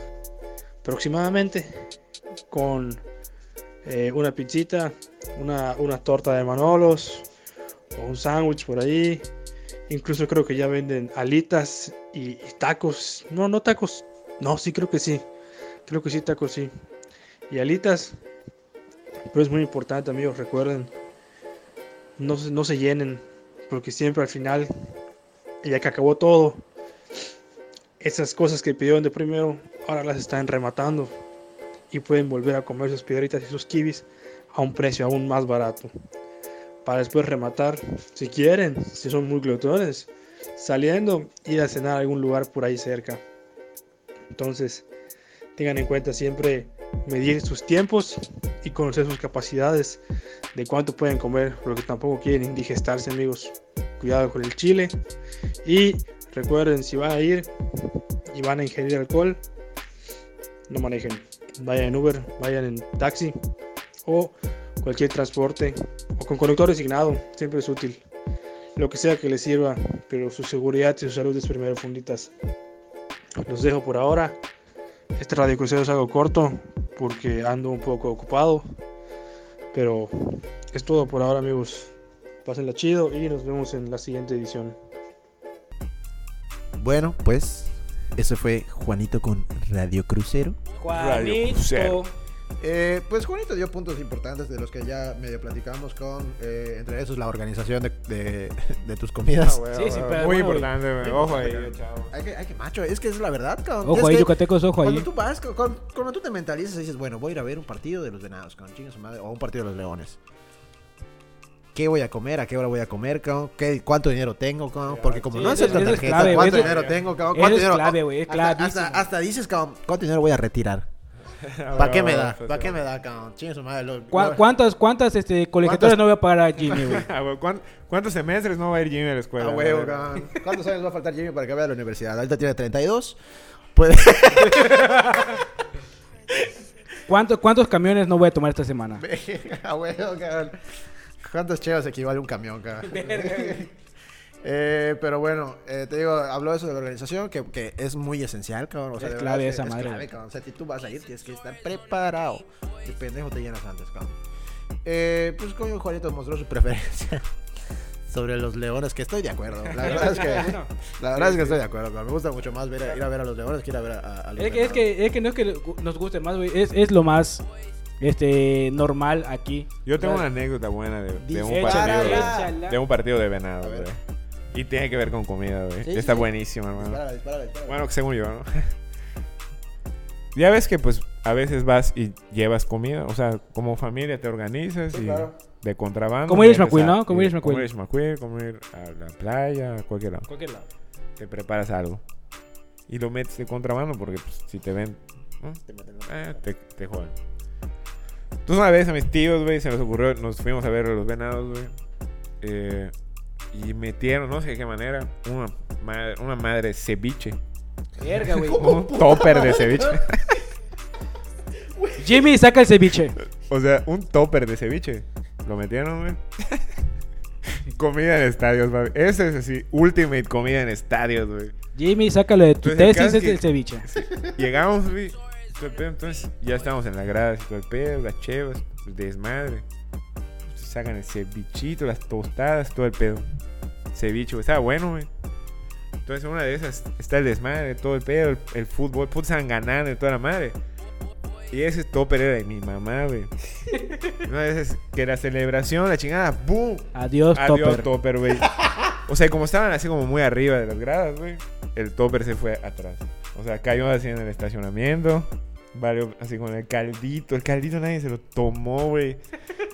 S4: aproximadamente con eh, una pizzita, una, una torta de manolos o un sándwich por ahí, Incluso creo que ya venden alitas y, y tacos. No, no tacos. No, sí, creo que sí. Creo que sí, tacos sí. y alitas. Pero es muy importante, amigos, recuerden, no, se- no se llenen, porque siempre al final, ya que acabó todo, esas cosas que pidieron de primero, ahora las están rematando y pueden volver a comer sus piedritas y sus kibis a un precio aún más barato. Para después rematar, si quieren, si son muy glotones, saliendo, ir a cenar a algún lugar por ahí cerca. Entonces, tengan en cuenta siempre medir sus tiempos y conocer sus capacidades de cuánto pueden comer, porque tampoco quieren indigestarse, amigos. Cuidado con el chile. Y recuerden, si van a ir y van a ingerir alcohol, no manejen. Vayan en Uber, vayan en taxi o cualquier transporte o con conductor designado, siempre es útil. Lo que sea que les sirva, pero su seguridad y su salud es primero, funditas. Los dejo por ahora. Este radio crucero es algo corto porque ando un poco ocupado. Pero es todo por ahora, amigos. Pásenla chido y nos vemos en la siguiente edición.
S5: Bueno, pues eso fue Juanito con Radio Crucero.
S2: Radio Crucero.
S3: Juanito.
S1: Eh, pues Juanito dio puntos importantes de los que ya medio platicamos con, eh, entre esos, la organización de, de- de tus comidas.
S2: güey,
S3: Sí,
S2: güey,
S3: sí,
S2: güey.
S3: pero
S2: Muy
S3: bueno,
S2: importante, güey. Ojo ahí,
S1: importante,
S2: chavo.
S1: Hay que, hay que macho, es que es la verdad, cabrón. Es
S3: Ojo ahí,
S1: que
S3: yucatecos, ojo
S1: Cuando
S3: ahí.
S1: tú vas, cu- cu- cuando, tú te mentalizas y dices, bueno, voy a ir a ver un partido de los venados, cabrón, chinga su madre, o un partido de los leones. ¿Qué voy a comer? ¿A qué hora voy a comer, cabrón? ¿Qué- ¿Cuánto dinero tengo, cabrón? Porque como
S3: Sí,
S1: no
S3: eso-
S1: aceptan
S3: eso es
S1: tarjeta,
S3: clave,
S1: ¿cuánto
S3: eso-
S1: dinero tengo, cabrón?
S3: eso
S1: ¿Cuánto
S3: es
S1: dinero?
S3: clave, güey, es
S1: hasta,
S3: clavísimo. Ah,
S1: hasta, hasta dices, cabrón, ¿cuánto dinero voy a retirar?
S2: Ah,
S1: ¿Para qué me da?
S2: pues,
S3: pues
S1: ¿Para qué me da, cabrón? Chinga su madre. lo-
S3: ¿Cu-
S1: lo-
S3: ¿Cuántas, cuántas este, colegiaturas no voy a pagar a Jimmy, güey?
S2: Ah, güey, ¿cuán- ¿Cuántos semestres no va a ir Jimmy a la escuela?
S1: A huevo,
S2: güey?
S1: cabrón. ¿Cuántos años va a faltar Jimmy para que vaya a la universidad? Ahorita tiene 32. Puede...
S3: ¿Cuántos, ¿Cuántos camiones no voy a tomar esta semana?
S1: A huevo, cabrón. ¿Cuántos chevas equivale un camión, cabrón? Eh, pero bueno, eh, te digo, habló eso de la organización, que, que es muy esencial, cabrón. O sea,
S3: Es
S1: de
S3: clave
S1: verdad,
S3: esa
S1: es
S3: madre,
S1: clave,
S3: güey.
S1: cabrón. O sea, si tú vas a ir, tienes que estar preparado. De pendejo te llenas antes, cabrón. Eh, pues coño, Juanito mostró su preferencia sobre los leones, que estoy de acuerdo. La verdad es que, la verdad es que estoy de acuerdo, cabrón. Me gusta mucho más ver a- ir a ver a los leones que ir a ver a, a- a los
S3: Es que, es, que, es que no es que nos guste más, güey. Es, es lo más este, normal aquí.
S2: Yo tengo
S3: O sea,
S2: una anécdota buena de, de un
S3: Échala,
S2: partido.
S1: güey.
S3: échala.
S2: güey. De un partido de
S1: A
S2: venado,
S1: ver.
S2: güey. Y tiene que ver con comida, güey.
S1: Sí, sí,
S2: Está
S1: sí.
S2: buenísimo, hermano.
S1: Dispárala, dispárala, dispárala.
S2: Bueno, que según yo, ¿no? ya ves que pues a veces vas y llevas comida, o sea, como familia te organizas
S1: Sí,
S2: y
S1: claro.
S2: de contrabando.
S3: Como Irish
S2: metes
S3: McQueen,
S2: a-
S3: ¿no? Como
S2: eh,
S3: Irish McQueen.
S2: Como Irish McQueen, como ir a la playa, a cualquier lado.
S3: Cualquier lado.
S2: Te preparas algo. Y lo metes de contrabando porque pues, si te ven, ¿no?
S1: Te meten la-
S2: Eh, te, te jodan. Entonces una vez a mis tíos, güey, se nos ocurrió, nos fuimos a ver a los venados, güey. eh, y metieron, no sé de qué manera, una madre, una madre ceviche.
S3: Verga, güey.
S2: Un topper de ceviche.
S3: Jimmy, saca el ceviche.
S2: O sea, un topper de ceviche. Lo metieron, güey. comida en estadios, güey. Ese es así, ultimate comida en estadios, güey.
S3: Jimmy, sácalo de tu
S2: Entonces,
S3: tesis,
S2: casi
S3: es
S2: que-
S3: el ceviche.
S2: Llegamos, güey. todo el pedo, Entonces, ya estábamos en la grada, y todo el pedo, las chevas, el desmadre. Sacan el cevichito, las tostadas, todo el pedo. Ceviche, güey. Estaba bueno, güey. Entonces, en una de esas está el desmadre, todo el pedo, el, el fútbol, puto ganando de toda la madre. Y ese topper era de mi mamá, güey. Una de esas que la celebración, la chingada, ¡boom!
S3: Adiós,
S2: Adiós,
S3: topper.
S2: topper, güey. O sea, como estaban así como muy arriba de las gradas, güey, el topper se fue atrás. O sea, cayó así en el estacionamiento. Valió así con el caldito. El caldito nadie se lo tomó, güey.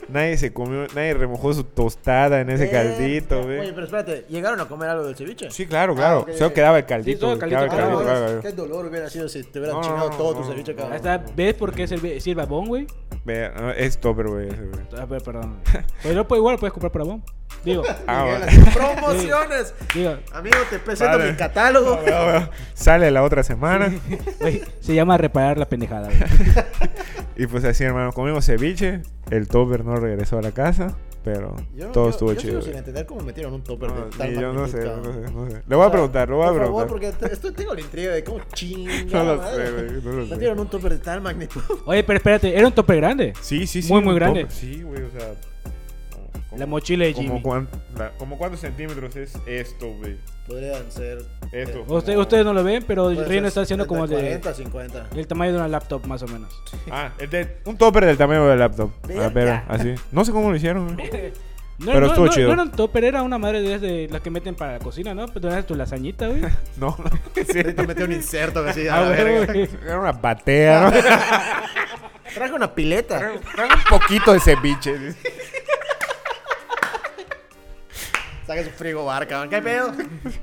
S2: Nadie se comió, nadie remojó su tostada en ese
S1: Eh,
S2: Este caldito,
S1: Oye,
S2: güey.
S1: pero espérate, ¿llegaron a comer algo del ceviche?
S2: Sí, claro,
S1: Ah,
S2: claro.
S1: ok,
S2: Solo
S1: ok.
S2: quedaba el caldito.
S3: solo el
S2: güey,
S3: caldito
S1: Ah,
S2: quedaba el
S3: quedaba.
S2: caldito,
S1: bueno,
S2: claro,
S1: Qué dolor hubiera sido si te hubieran
S2: No,
S1: chingado
S2: no,
S1: todo
S2: no,
S1: tu ceviche,
S2: no.
S1: cabrón.
S3: Ahí está, ¿Ves por qué es el, es el babón, güey?
S2: claro. Vea, no, es topper, güey. ese, güey.
S3: Ah, pero perdón. Pero pues, igual lo puedes comprar por babón. Digo,
S2: Ah,
S1: Miguel,
S2: bueno.
S1: así, ¡Promociones!
S3: digo,
S1: Amigo, te presento
S2: Vale.
S1: mi catálogo.
S2: Ah, bueno. Sale la otra semana.
S3: güey, se llama reparar la pendejada, güey.
S2: Y pues así, hermano, comimos ceviche. El topper no regresó a la casa, pero
S1: Yo no-
S2: todo
S1: yo-
S2: estuvo
S1: yo
S2: chido.
S1: sigo
S2: güey.
S1: sin entender cómo metieron un topper
S2: No,
S1: de tal
S2: ni yo no
S1: magnitud,
S2: sé,
S1: cabrón.
S2: no sé, no sé. Le voy a preguntar, lo voy a
S1: Por favor,
S2: preguntar.
S1: porque te- estoy, tengo la intriga de cómo
S2: No
S1: chingada
S2: lo sé,
S1: madre.
S2: güey, no lo sé.
S1: Metieron un topper de tal magnitud.
S3: Oye, pero espérate, era un topper grande.
S2: Sí, sí, sí.
S3: Muy, muy
S2: un
S3: grande.
S2: tope. Sí, güey, o sea.
S3: La mochila de Jimmy.
S2: ¿Como, cuán- la- como cuántos centímetros es esto, güey?
S1: Podrían ser.
S2: Esto.
S1: eh,
S3: Usted-
S2: como-
S3: Ustedes no lo ven, pero
S1: puede
S3: Pues, el Rino
S1: ser
S3: está haciendo como de,
S1: 40, 50.
S3: el tamaño de una laptop, más o menos.
S2: Ah, es de- un topper del tamaño del laptop.
S1: Verga.
S2: Ah, pero así. No sé cómo lo hicieron, güey.
S3: No,
S2: Pero
S3: no,
S2: estuvo
S3: no,
S2: chido.
S3: no era un topper, era una madre de, esas de las que meten para la cocina, ¿no? Pero tenías tu lasañita, güey.
S2: No, no. sí.
S1: Ahorita metió un inserto así. a
S3: Ah,
S1: la
S3: güey,
S1: verga.
S3: güey.
S2: Era una batea, ¿no?
S1: Traje una pileta.
S2: Dame un poquito de ceviche.
S1: Saca su frigo bar, cabrón. ¿Qué pedo?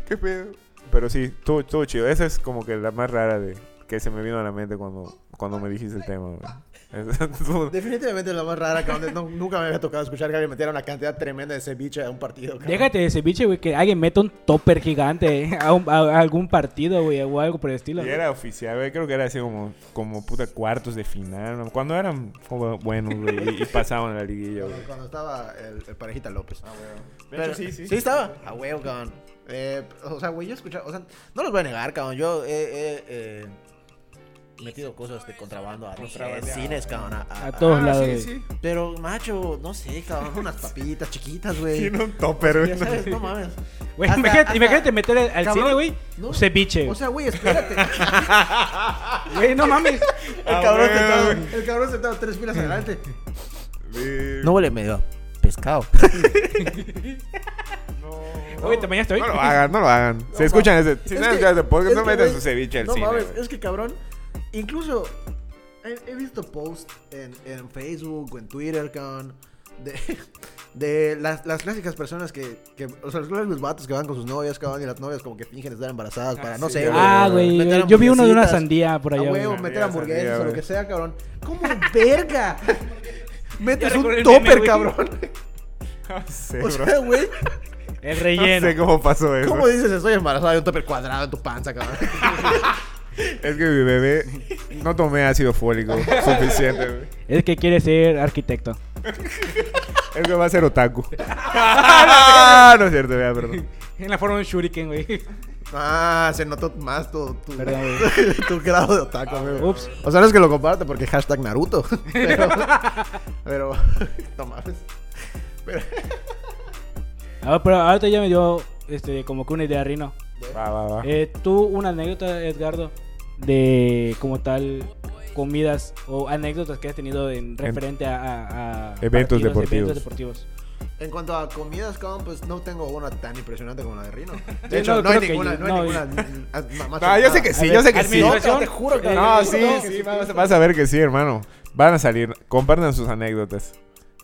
S2: ¿Qué pedo? Pero sí, todo, todo chido. Esa es como que la más rara de que se me vino a la mente cuando, cuando me dijiste el tema, güey. Esa estuvo-
S1: Definitivamente la más rara, cabrón. No- nunca me había tocado escuchar que alguien metiera una cantidad tremenda de ceviche a un partido, cabrón.
S3: Déjate de ese biche, güey, que alguien meta un topper gigante eh, a, un- a- a algún partido, güey, o algo por el estilo.
S2: Y
S3: güey.
S2: era oficial, güey. Creo que era así como, como puta cuartos de final. ¿no? Cuando eran como buenos, güey. Y, y pasaban a la liguilla, güey.
S1: Cuando, cuando estaba el, el parejita López.
S2: De
S1: Pero-
S2: hecho,
S1: Sí estaba. A huevo, cabrón. Eh, o sea, güey, yo escuchaba. O sea, no los voy a negar, cabrón. Yo he eh, eh, metido cosas de contrabando a los cines, cabrón. A, a-
S3: A todos
S2: Ah,
S3: lados,
S2: sí,
S3: güey.
S2: sí.
S1: Pero, macho, no sé, cabrón. Unas papitas chiquitas, güey.
S2: Tiene un topper,
S1: Ya sabes, no mames.
S3: Güey,
S1: Hasta-
S3: imagínate,
S1: hasta-
S3: imagínate meter al al
S1: Cabrón,
S3: cine, güey,
S1: no.
S3: un ceviche.
S1: O
S3: güey.
S1: sea, güey, espérate.
S3: Güey, no mames.
S1: El
S2: Ah,
S1: cabrón
S2: güey,
S1: sentado,
S2: güey.
S1: el cabrón sentado tres filas adelante.
S2: güey.
S1: No huele medio a pescado.
S2: No.
S3: Oye, ¿te bañaste hoy?
S2: No lo hagan, no lo hagan. si escuchan ese, si
S1: Es
S2: no
S1: que-
S2: escuchan ese podcast,
S1: es
S2: no
S1: que,
S2: metan
S1: güey,
S2: su ceviche al
S1: no
S2: cine.
S1: mames,
S2: güey.
S1: es que cabrón, incluso he, he visto posts en, en Facebook o en Twitter, cabrón, de, de las, las clásicas personas que, que, o sea, los clásicos vatos que van con sus novias, cabrón, y las novias como que fingen estar embarazadas para, no
S2: sí,
S1: sé,
S2: güey.
S3: Ah, güey.
S1: meter
S3: Yo vi uno de una
S1: hamburguesitas,
S3: sandía por allá,
S1: A
S3: güey.
S1: huevo, meter
S2: Sandía,
S1: hamburguesas
S2: sandía,
S1: o lo
S2: güey.
S1: que sea, cabrón. ¿Cómo verga? Metes
S3: Ya
S1: un
S3: recordé el meme,
S1: topper,
S3: güey.
S1: cabrón.
S2: No
S1: O
S2: sé, Ah, bro.
S1: sea, güey,
S3: El
S2: No
S3: relleno.
S2: sé cómo pasó eso.
S1: ¿cómo dices estoy embarazada de un topper cuadrado en tu panza, cabrón?
S2: Es que mi bebé no tomé ácido fólico suficiente, güey.
S3: Es que quiere ser arquitecto.
S2: Es que va a ser otaku. Ah, no es cierto, ya, perdón.
S3: En la forma de un shuriken, güey.
S1: Ah, se notó más tu, tu,
S3: Perdón,
S1: tu grado de otaku, amigo.
S3: Ups.
S1: O sea, no es que lo comparte porque hashtag Naruto. Pero. pero no mames. Pero,
S3: Ah, pero ahorita ya me dio este, como que una idea, Rino.
S2: Va, va, va.
S3: Eh, Tú, una anécdota, Edgardo, de como tal comidas o anécdotas que has tenido en referente a, a- a
S2: Eventos deportivos.
S3: eventos deportivos.
S1: en cuanto a comidas, cabrón, pues no tengo una tan impresionante como la de Rino.
S3: Sí,
S1: De hecho,
S3: no,
S1: no, hay
S3: creo que
S1: ninguna.
S3: yo-
S1: No hay
S3: no,
S1: ninguna. mm, más
S2: No, Ah, yo sé
S1: nada.
S2: que
S3: A
S2: sí,
S3: ver,
S2: yo sé que sí.
S3: administración.
S1: No,
S3: Eh,
S1: te juro que-
S2: No, sí,
S1: No,
S2: sí,
S1: que sí,
S2: vas,
S1: sí.
S2: vas a ver que sí, hermano. Van a salir. Compartan sus anécdotas.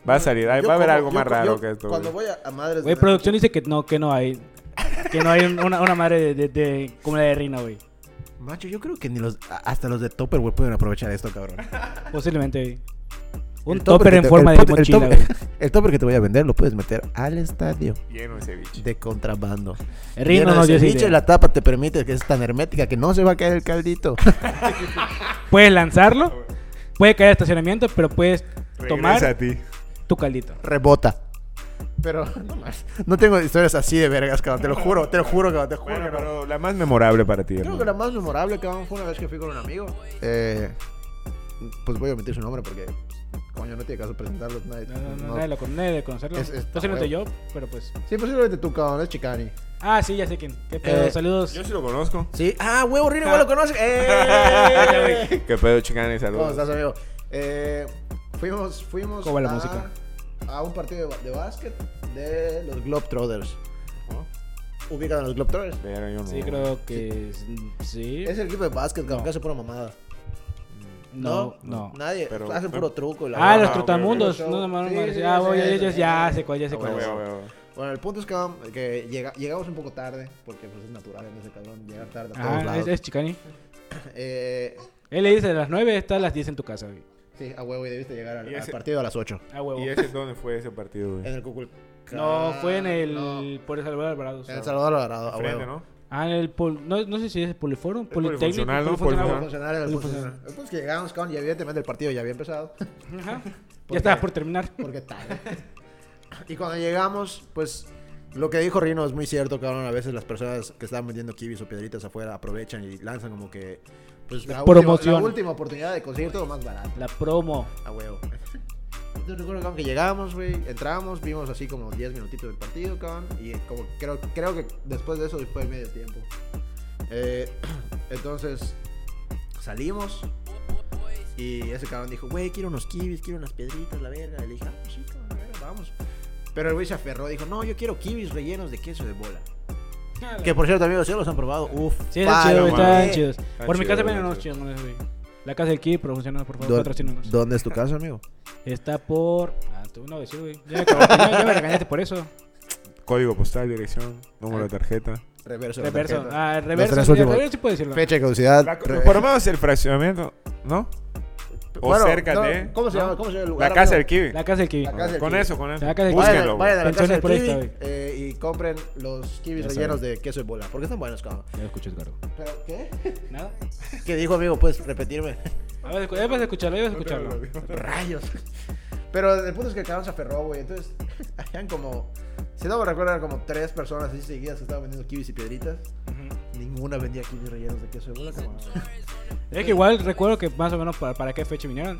S2: Va a salir. Ahí
S1: Yo
S2: va a haber
S1: como-
S2: algo
S1: yo
S2: más
S1: co-
S2: raro
S1: yo
S2: que esto.
S1: Cuando
S2: güey.
S1: voy a, a madres.
S3: Güey,
S1: de-
S3: producción dice que no, que no hay. Que no hay un- una, una madre de, de- de- como la de Rino, güey.
S1: Macho, yo creo que ni los. a- Hasta los de Topper, güey, pueden aprovechar esto, cabrón.
S3: Posiblemente, güey. Un
S1: El
S3: topper
S1: que
S3: en
S1: te-
S3: forma
S1: el
S3: de
S1: topper- el
S3: mochila,
S1: topper-
S3: güey.
S1: El topper que te voy a vender lo puedes meter al estadio
S2: Lleno de ceviche.
S1: de contrabando.
S3: Rino
S1: Lleno de
S3: nos dio esa
S1: ceviche,
S3: idea.
S1: la tapa te permite que es tan hermética que no se va a caer el caldito.
S3: Puedes lanzarlo, puede caer a estacionamiento, pero puedes tomar
S2: Regresa a ti.
S3: tu caldito.
S1: Rebota. Pero no más. No tengo historias así de vergas, cabrón. Te lo juro, te lo juro, cabrón. Te juro,
S2: Bueno,
S1: cabrón.
S2: pero la más memorable para ti,
S1: Creo
S2: hermano.
S1: que la más memorable, cabrón, fue una vez que fui con un amigo. Eh, pues voy a omitir su nombre porque, pues, coño, no tiene caso presentarlo. nadie-
S3: No, no, no,
S1: no.
S3: nadie lo con- nadie de conocerlo.
S1: Es- es-
S3: Posiblemente
S1: ah,
S3: yo, pero pues.
S1: Sí, posiblemente tú, cabrón. Es Chicani.
S3: Ah, sí, ya sé quién. Qué pedo,
S1: Eh,
S3: saludos.
S2: Yo sí lo conozco.
S1: Sí. Ah, huevo, Rino, igual lo conoce. ¡Eh!
S2: Qué pedo, chicanes,
S1: ¿Cómo estás,
S2: saludos.
S1: amigo? Eh, fuimos fuimos
S3: ¿Cómo va la
S1: a,
S3: música?
S1: a un partido de, ba- de básquet de los Globetrotters. ¿Ubican a los Globetrotters?
S2: Pero yo no.
S3: Sí, creo que es- sí.
S1: Es el equipo de básquet, cabrón,
S3: No.
S1: que hace pura mamada.
S3: No, no.
S1: Nadie.
S2: Pero-
S1: hacen puro truco. y la
S3: Ah,
S1: verdad.
S3: los
S2: Ah,
S3: trutamundos.
S1: ok, ok.
S3: No, no, no, no,
S1: Sí,
S3: no,
S1: sí,
S3: ya,
S1: sí,
S3: voy,
S1: sí,
S3: ya, ya,
S1: sí,
S3: ya
S1: sí.
S3: sé cuál, ya sé
S1: Ah,
S3: cuál.
S1: bueno,
S3: es.
S1: bueno. Bueno, el punto es cabrón, que llega- llegamos un poco tarde, porque pues, es natural en ese cabrón llegar tarde a todos
S3: Ah,
S1: lados.
S3: es, es Chicani.
S1: Eh,
S3: Él le dice a las 9, está a las 10 en tu casa, güey.
S1: sí, a huevo, y debiste llegar al,
S2: Y
S1: al
S2: ese-
S1: partido a las 8.
S3: Ah, huevo.
S2: ¿Y ese dónde fue ese partido,
S1: En
S2: güey?
S1: el Cucul.
S3: No, fue en el.
S1: Ah, no, en
S3: Por el Salvador Alvarado.
S1: el Salvador Alvarado, a huevo.
S2: Frente, ¿no?
S3: Ah, en el. Pol, no, no sé si es el Poliforum, Politécnico.
S2: polifuncional, ¿no?
S1: Los
S2: Polifuncional.
S1: funcionarios del
S3: Los
S1: funcionario. Pues que llegamos, cabrón, y evidentemente el partido ya había empezado.
S3: Ajá.
S1: Porque-
S3: Ya estabas por terminar.
S1: Porque tarde. y cuando llegamos, pues lo que dijo Rino es muy cierto, cabrón. A veces las personas que están vendiendo kibis o piedritas afuera aprovechan y lanzan como que. Pues la, última-
S3: Promoción.
S1: la última oportunidad de conseguir todo más barato.
S3: La promo.
S1: A huevo. yo recuerdo cabrón, que llegamos, güey, entramos, vimos así como 10 minutitos del partido, cabrón, y eh, como creo, creo que después de eso fue el medio tiempo. Eh, entonces salimos y ese cabrón dijo, güey, quiero unos kibis, quiero unas piedritas, la verga. Y le dije, ah, pues sí, cabrón, la verga, vamos. Pero el güey se aferró, dijo, no, yo quiero kibis rellenos de queso de bola. Que por cierto, amigos, si no los han probado, uff.
S3: Sí, están chidos, güey,
S2: madre.
S3: están chidos. Por mi
S2: chidos,
S3: casa vienen
S2: están
S3: unos
S2: chidos.
S3: chingones, güey. La casa del Kid, promocionada, por favor,
S1: Do-
S3: patrocínanos.
S1: ¿Dónde es tu casa, amigo?
S3: Está por. Ah, tú no decir, güey. Ya me cagaste, ya- ya me regañaste por eso.
S2: Código postal, dirección, número
S1: Ah.
S2: de tarjeta.
S1: Reverso. la
S3: Reverso.
S1: tarjeta.
S3: Ah, reverso.
S1: tres
S3: sí,
S1: últimos.
S3: reverso sí puedo decirlo.
S1: Fecha de caducidad.
S2: La-
S1: re-
S2: por lo menos el fraccionamiento, ¿no? O
S1: Bueno,
S2: cerca
S1: no,
S2: de.
S1: ¿Cómo se
S2: ¿no?
S1: llama? ¿Cómo se llama el lugar?
S2: La casa del
S1: amigo?
S2: Kiwi.
S3: La casa del Kid.
S1: La casa del
S2: Con
S1: Kiwi.
S2: eso, con eso.
S3: La casa del Kiwi.
S1: Vayan,
S2: Búsquenlo.
S1: vayan a la casa
S3: Pensiones
S1: del
S3: por
S1: Kiwi
S3: esta, güey.
S1: eh, y compren los kibis
S3: Ya
S1: rellenos de queso de bola, porque están buenos, cabrón.
S3: Ya lo escuché, Edgardo.
S1: ¿Pero qué?
S3: Nada.
S1: ¿Qué dijo, amigo? Puedes repetirme.
S3: A ver, escu- debes escucharlo, debes escucharlo.
S1: Rayos. Pero el punto es que el cabrón se aferró, güey. Entonces, habían como. Si no me recuerdo, eran como tres personas así seguidas que estaban vendiendo kibis y piedritas. Ninguna vendía kibis rellenos de queso de bola, cabrón.
S3: Es que igual recuerdo que más o menos para, para qué fecha vinieron.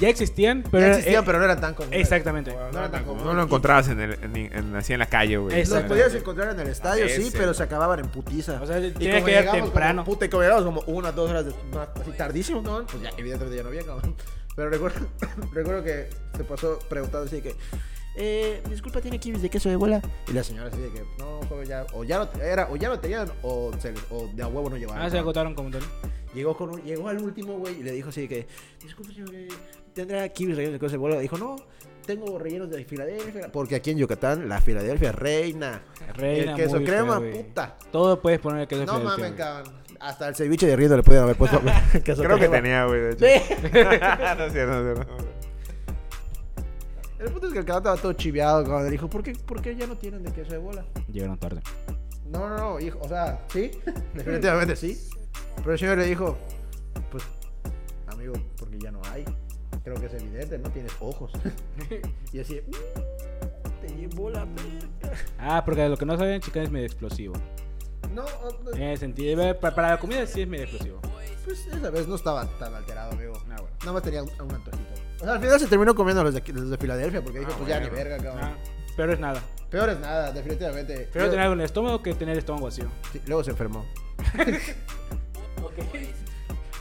S3: Ya existían, pero.
S1: Pero,
S3: era-
S1: existían,
S3: eh,
S1: pero no eran tan comunes.
S3: Exactamente.
S1: No eran tan comunes.
S2: No lo encontrabas en el, en- en- así en la calle, güey.
S3: Exacto.
S1: Los podías encontrar en el estadio, sí,
S2: ese.
S1: pero se acababan en putiza.
S3: O sea,
S1: Y
S3: tenía
S1: como
S3: que llegar
S1: llegamos como
S3: temprano.
S1: Puta, y como llegamos como unas dos horas de, más- así tardísimo, ¿no? Pues ya, evidentemente ya no había, cabrón. Pero recuerdo, recuerdo que se pasó preguntando así de que. Eh, disculpa, ¿tiene kibis de queso de bola? Y la señora así de que, no, joven, ya, o ya no, era, o ya no tenían, o, se les- o de a huevo no llevaban.
S3: Ah, se
S1: cabrón.
S3: agotaron como tal.
S1: Llegó, con un- llegó al último, güey, y le dijo así de que, disculpe, señor, eh, ¿tendrá kibis rellenos de queso de bola? Dijo, no, tengo rellenos de Filadelfia. Porque aquí en Yucatán, la Filadelfia reina.
S3: Reina.
S1: el queso
S3: muy
S1: crema,
S3: feo, güey.
S1: puta.
S3: Todo puedes poner el queso
S1: No
S3: Filadelfia,
S1: mames,
S3: güey.
S1: cabrón. Hasta el ceviche de riendo le pueden haber puesto queso
S2: Creo que
S1: crema.
S2: tenía, güey. de hecho.
S1: Sí.
S2: no es cierto, no es cierto.
S1: El punto es que el cabrón estaba todo chiveado cuando le dijo, ¿por qué, ¿por qué ya no tienen de queso de bola?
S3: Llegaron tarde.
S1: No, no, no, hijo, o sea, sí, definitivamente sí. Pero el señor le dijo, pues, amigo, porque ya no hay. Creo que es evidente, no tienes ojos. y así, "Mm, te llevó la verga.
S3: Ah, porque lo que no sabían, chicas, es medio explosivo.
S1: "Mm, No, o-
S3: En ese sentido, eh, pa- para, la comida sí es medio explosivo.
S1: pues esa vez no estaba tan alterado, amigo.
S3: Ah, bueno.
S1: Nada más tenía un, un antojito. O sea, al final se terminó comiendo los de, aquí- los de Filadelfia porque dijo,
S2: Ah,
S1: pues ya ni
S2: bueno.
S1: verga, cabrón.
S3: Ah, peor es nada.
S1: Peor es nada, definitivamente.
S3: Peor
S1: Yo-
S3: tener algo en el estómago que tener el estómago vacío.
S1: sí, luego se enfermó.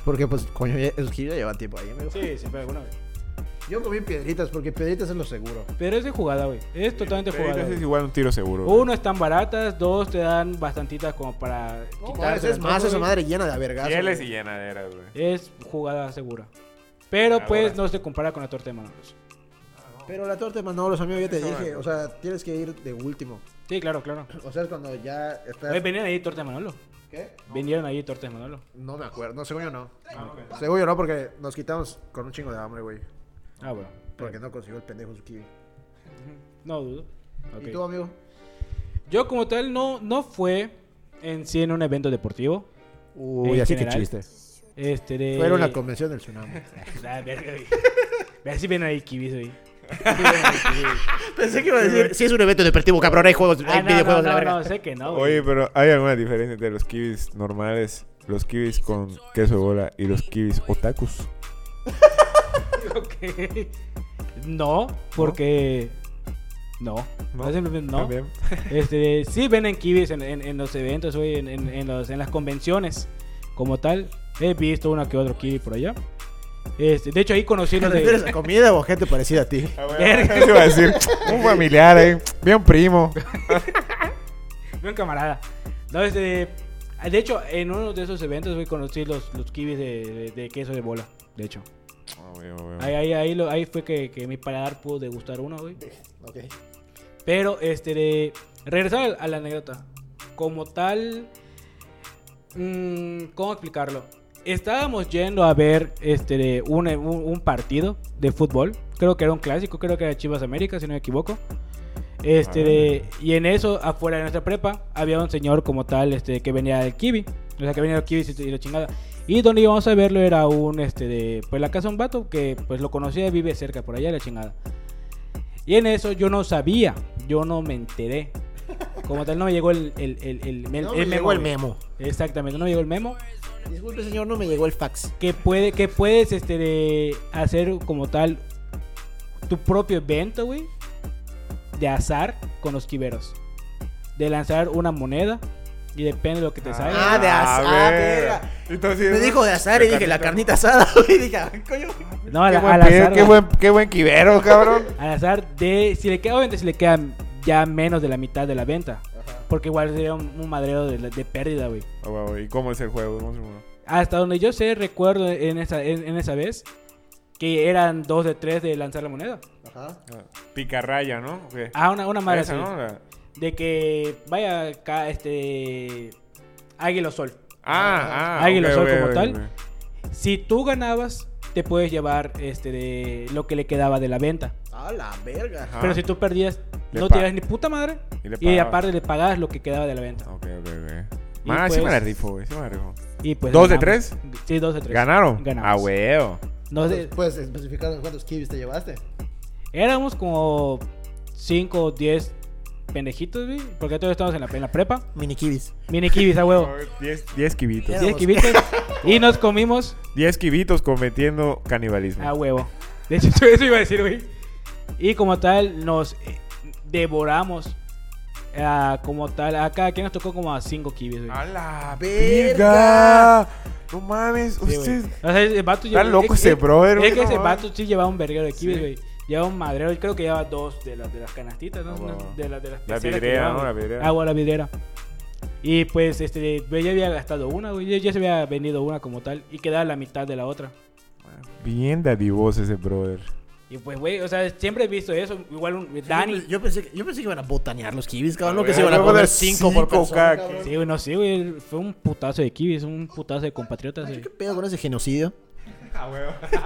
S1: Porque, pues, coño, ya- es que ya llevan tiempo ahí, amigo.
S3: Sí, siempre alguna vez.
S1: Yo comí piedritas porque piedritas es lo seguro.
S3: Pero es de jugada, güey. Es totalmente
S2: Pero
S3: jugada.
S2: entonces
S3: güey.
S2: es igual un tiro seguro. güey.
S3: Uno, están baratas. Dos, te dan bastantitas como para
S1: Cada vez
S3: quitarse
S1: es más esa
S3: güey.
S1: madre llena de vergas.
S2: Fieles y llenaderas, güey.
S3: Es jugada segura. Pero
S2: Ahora.
S3: pues no se compara con la torta de Manolos.
S1: Pero la torta de Manolos, amigo, ya te
S2: Eso
S1: dije.
S2: es.
S1: O sea, tienes que ir de último.
S3: Sí, claro, claro.
S1: O sea, es cuando ya estás.
S3: Oye, venían ahí torta de Manolo.
S1: ¿Qué?
S3: Vinieron ahí torta de Manolo.
S1: No me acuerdo. No, según yo no. Según yo no, porque nos quitamos con un chingo de hambre, güey.
S3: Ah, bueno.
S1: Porque no consiguió el pendejo su kiwi.
S3: No dudo. Ok.
S1: ¿Y tú, amigo?
S3: Yo como tal no, no fue en sí en un evento deportivo.
S1: Uy,
S3: En
S1: así
S3: general.
S1: que chiste.
S3: Este de...
S1: Fue una convención del tsunami.
S3: Ah, verga, güey. Ve si ven ahí kibis, güey.
S1: Pensé que iba a decir, si es un evento deportivo, cabrón, hay juegos,
S3: Ah, no, no, no, no, sé que no, güey.
S2: Oye, pero ¿hay alguna diferencia entre los kiwis normales, los kiwis con queso de bola y los kiwis otakus?
S3: Ok. No, porque... No. No, simplemente no.
S2: También.
S3: Este, sí venden kibis en, en- en los eventos, güey, en, en- en los- en las convenciones como tal. He visto uno que otro kiwi por allá. Este, de hecho, ahí conocí los de...
S1: comida o gente parecida a ti?
S2: Ah, bueno, eso iba a decir. Un familiar ahí. Bien un primo.
S3: Buen camarada. No, este, de hecho, en uno de esos eventos, güey, conocí los, los kibis de, de- de queso de bola, de hecho.
S2: Ah,
S3: Ahí, ahí, ahí, lo- ahí fue que, que mi paladar pudo degustar uno, güey.
S1: Ok.
S3: Pero, este, de, regresar a la anécdota. Como tal, mm, ¿cómo explicarlo? Estábamos yendo a ver este, de un, un- un partido de fútbol. Creo que era un clásico, creo que era Chivas América, si no me equivoco. Este,
S2: Ah,
S3: de- y en eso, afuera de nuestra prepa, había un señor como tal este, que venía del Kiwi. O sea, que venía del Kiwi y la chingada. Y donde íbamos a verlo era un, este, de, pues la casa de un vato que pues lo conocía, vive cerca por allá, la chingada. Y en eso yo no sabía, yo no me enteré. Como tal, no me llegó el, el, el, el, el-
S1: No
S3: el
S1: Eh, me llegó el
S3: güey.
S1: memo.
S3: Exactamente, no me llegó el memo.
S1: Disculpe, señor, no me llegó el fax.
S3: Que, puede, que puedes este, de hacer como tal tu propio evento, güey, de azar con los quiberos. De lanzar una moneda y depende de lo que te salga.
S5: Ah, de azar,
S2: a
S5: verga.
S2: Entonces,
S5: Me dijo de azar y dije, la carnita asada, güey. Dije, ah, coño.
S3: No, al,
S2: Qué
S3: al
S2: buen, pie,
S3: azar.
S2: qué,
S3: güey.
S2: buen, qué buen quibero, cabrón.
S3: Al azar de. Si le queda, obviamente, si le queda ya menos de la mitad de la venta. Porque igual sería un, un madreo de, la- de pérdida, güey.
S2: Ah, guau, ¿Y cómo es el juego? Vamos a ver.
S3: Hasta donde yo sé, recuerdo en esa, en, en esa vez que eran dos de tres de lanzar la moneda.
S1: Ajá.
S2: Ah, Picarraya, ¿no? ¿O qué?
S3: Ah, una, una madre
S2: Esa,
S3: así.
S2: ¿no? La- Ah,
S3: De que vaya acá, este. Águila o Sol.
S2: Ah, ah.
S3: Águila
S2: ok,
S3: Sol
S2: ok,
S3: como
S2: ok,
S3: tal.
S2: ok.
S3: Si tú ganabas, te puedes llevar este de lo que le quedaba de la venta.
S1: A la verga.
S2: Ajá.
S3: Pero si tú perdías,
S2: Ah. Le
S3: no
S2: pa-
S3: te llevas ni puta madre.
S2: Y le
S3: Y,
S2: pagabas.
S3: aparte le pagabas lo que quedaba de la venta.
S2: Ok, ok, ok.
S3: Y
S2: Más, sí me
S3: pues-
S2: la rifo, güey. Sí me la rifo.
S3: Y pues,
S2: ¿Dos de
S3: ganamos. Sí, dos de tres.
S2: ¿Ganaron?
S3: Ganamos.
S2: Ah, huevo.
S3: No sé,
S1: ¿Puedes especificar pues, cuántos kibis te llevaste?
S3: éramos como cinco o diez pendejitos, güey. Porque todos estamos en la, en la prepa.
S5: Mini kibis.
S3: Mini kibis, a huevo.
S2: Diez, diez quibitos.
S5: Éramos-
S3: Diez kibitos. y nos comimos
S2: Diez quibitos cometiendo canibalismo.
S3: a huevo. De hecho, eso iba a decir, güey. Y como tal, nos eh, devoramos. ah, como tal, a cada quien nos tocó como a cinco kibis, güey.
S2: ¡A la
S1: Verga.
S2: verga! No mames,
S3: Sí, güey.
S2: usted.
S3: O sea, ese vato
S2: Está
S3: lleva-
S2: loco
S3: es-
S2: ese
S3: es-
S2: brother, güey,
S3: Es que
S2: no
S3: ese
S2: mames.
S3: vato sí llevaba un verguero de kibis,
S2: Sí.
S3: güey. Llevaba un madrero. Yo creo que llevaba dos de, las de las canastitas, ¿no?
S2: Ah, va, va.
S3: de, la- de las
S2: La
S3: peceras que
S2: vidriera,
S3: llevaban,
S2: ¿no? La
S3: güey.
S2: vidriera.
S3: Ah, bueno, la vidriera. Y pues, este, yo ya había gastado una, güey. Ya, ya se había vendido una como tal. Y quedaba la mitad de la otra.
S2: Bien dadivoso ese brother.
S3: Y pues, güey, o sea, siempre he visto eso. Igual un
S5: Yo,
S3: Dani.
S5: yo pensé, que- yo pensé que iban a botanear los kibis, cabrón. No
S2: Ah,
S5: que se
S2: güey,
S5: iban a
S2: luego
S5: comer
S2: de
S5: cinco por
S2: cinco
S5: persona.
S2: cada
S1: cabrón.
S3: Sí, güey, no, sí, güey. Fue un putazo de kibis, un putazo de compatriotas, güey.
S5: ¿Qué pedo con ese genocidio?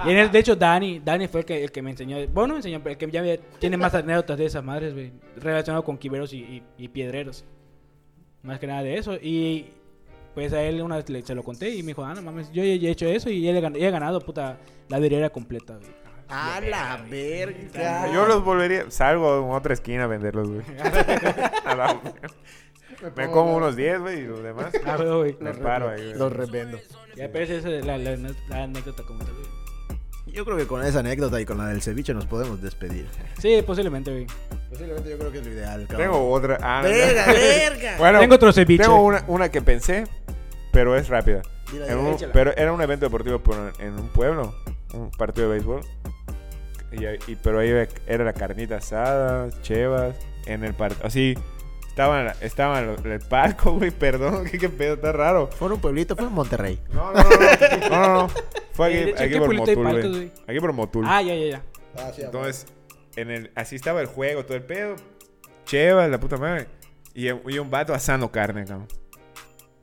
S3: Y en el- de hecho, Dani, Dani fue el que, el que me enseñó. Bueno, no me enseñó, pero el que ya me- tiene más anécdotas de esas madres, güey. Relacionado con quiberos y, y- y piedreros. Más que nada de eso. Y pues a él una vez le- se lo conté y me dijo, ah, no mames, yo ya he hecho eso y ya le gan- ya he ganado, puta, la vidriera completa, güey.
S1: A la verga.
S2: Ah, Yo los volvería. Salgo en otra esquina a venderlos, güey. A la- Me como unos 10, güey, y los demás.
S3: Ah, güey, güey.
S2: Me paro ahí, güey.
S1: Los revendo.
S3: Ya, pero esa es la, la- la anécdota como tal, güey.
S5: Yo creo que con esa anécdota y con la del ceviche nos podemos despedir.
S3: Sí, posiblemente, güey.
S1: Posiblemente yo creo que es lo ideal, cabrón.
S2: Tengo otra. Ah, no,
S5: ¡Verga,
S2: no.
S5: verga!
S2: Bueno,
S3: Tengo otro ceviche.
S2: Tengo una, una que pensé, pero es rápida.
S5: Dila,
S2: En
S5: dila,
S2: un-
S5: échala.
S2: pero era un evento deportivo pero en un pueblo, un partido de béisbol. Y, ahí- y- pero ahí era la carnita asada, chevas, en el parque. Así, estaban, estaban en el palco, güey, perdón, que qué pedo, está raro.
S5: Fue en un pueblito, fue en Monterrey.
S2: No, no, no, no, no, no. Fue
S3: Eh, de
S2: aquí,
S3: hecho,
S2: aquí
S3: ¿qué
S2: por
S3: pueblito hay
S2: Motul,
S3: palcos,
S2: güey.
S3: güey?
S2: Aquí por Motul.
S3: Ah, ya, ya, ya.
S1: Ah, sí,
S2: Entonces, en el, así estaba el juego, todo el pedo. Cheva, la puta madre. Y, y un vato asando carne, cabrón.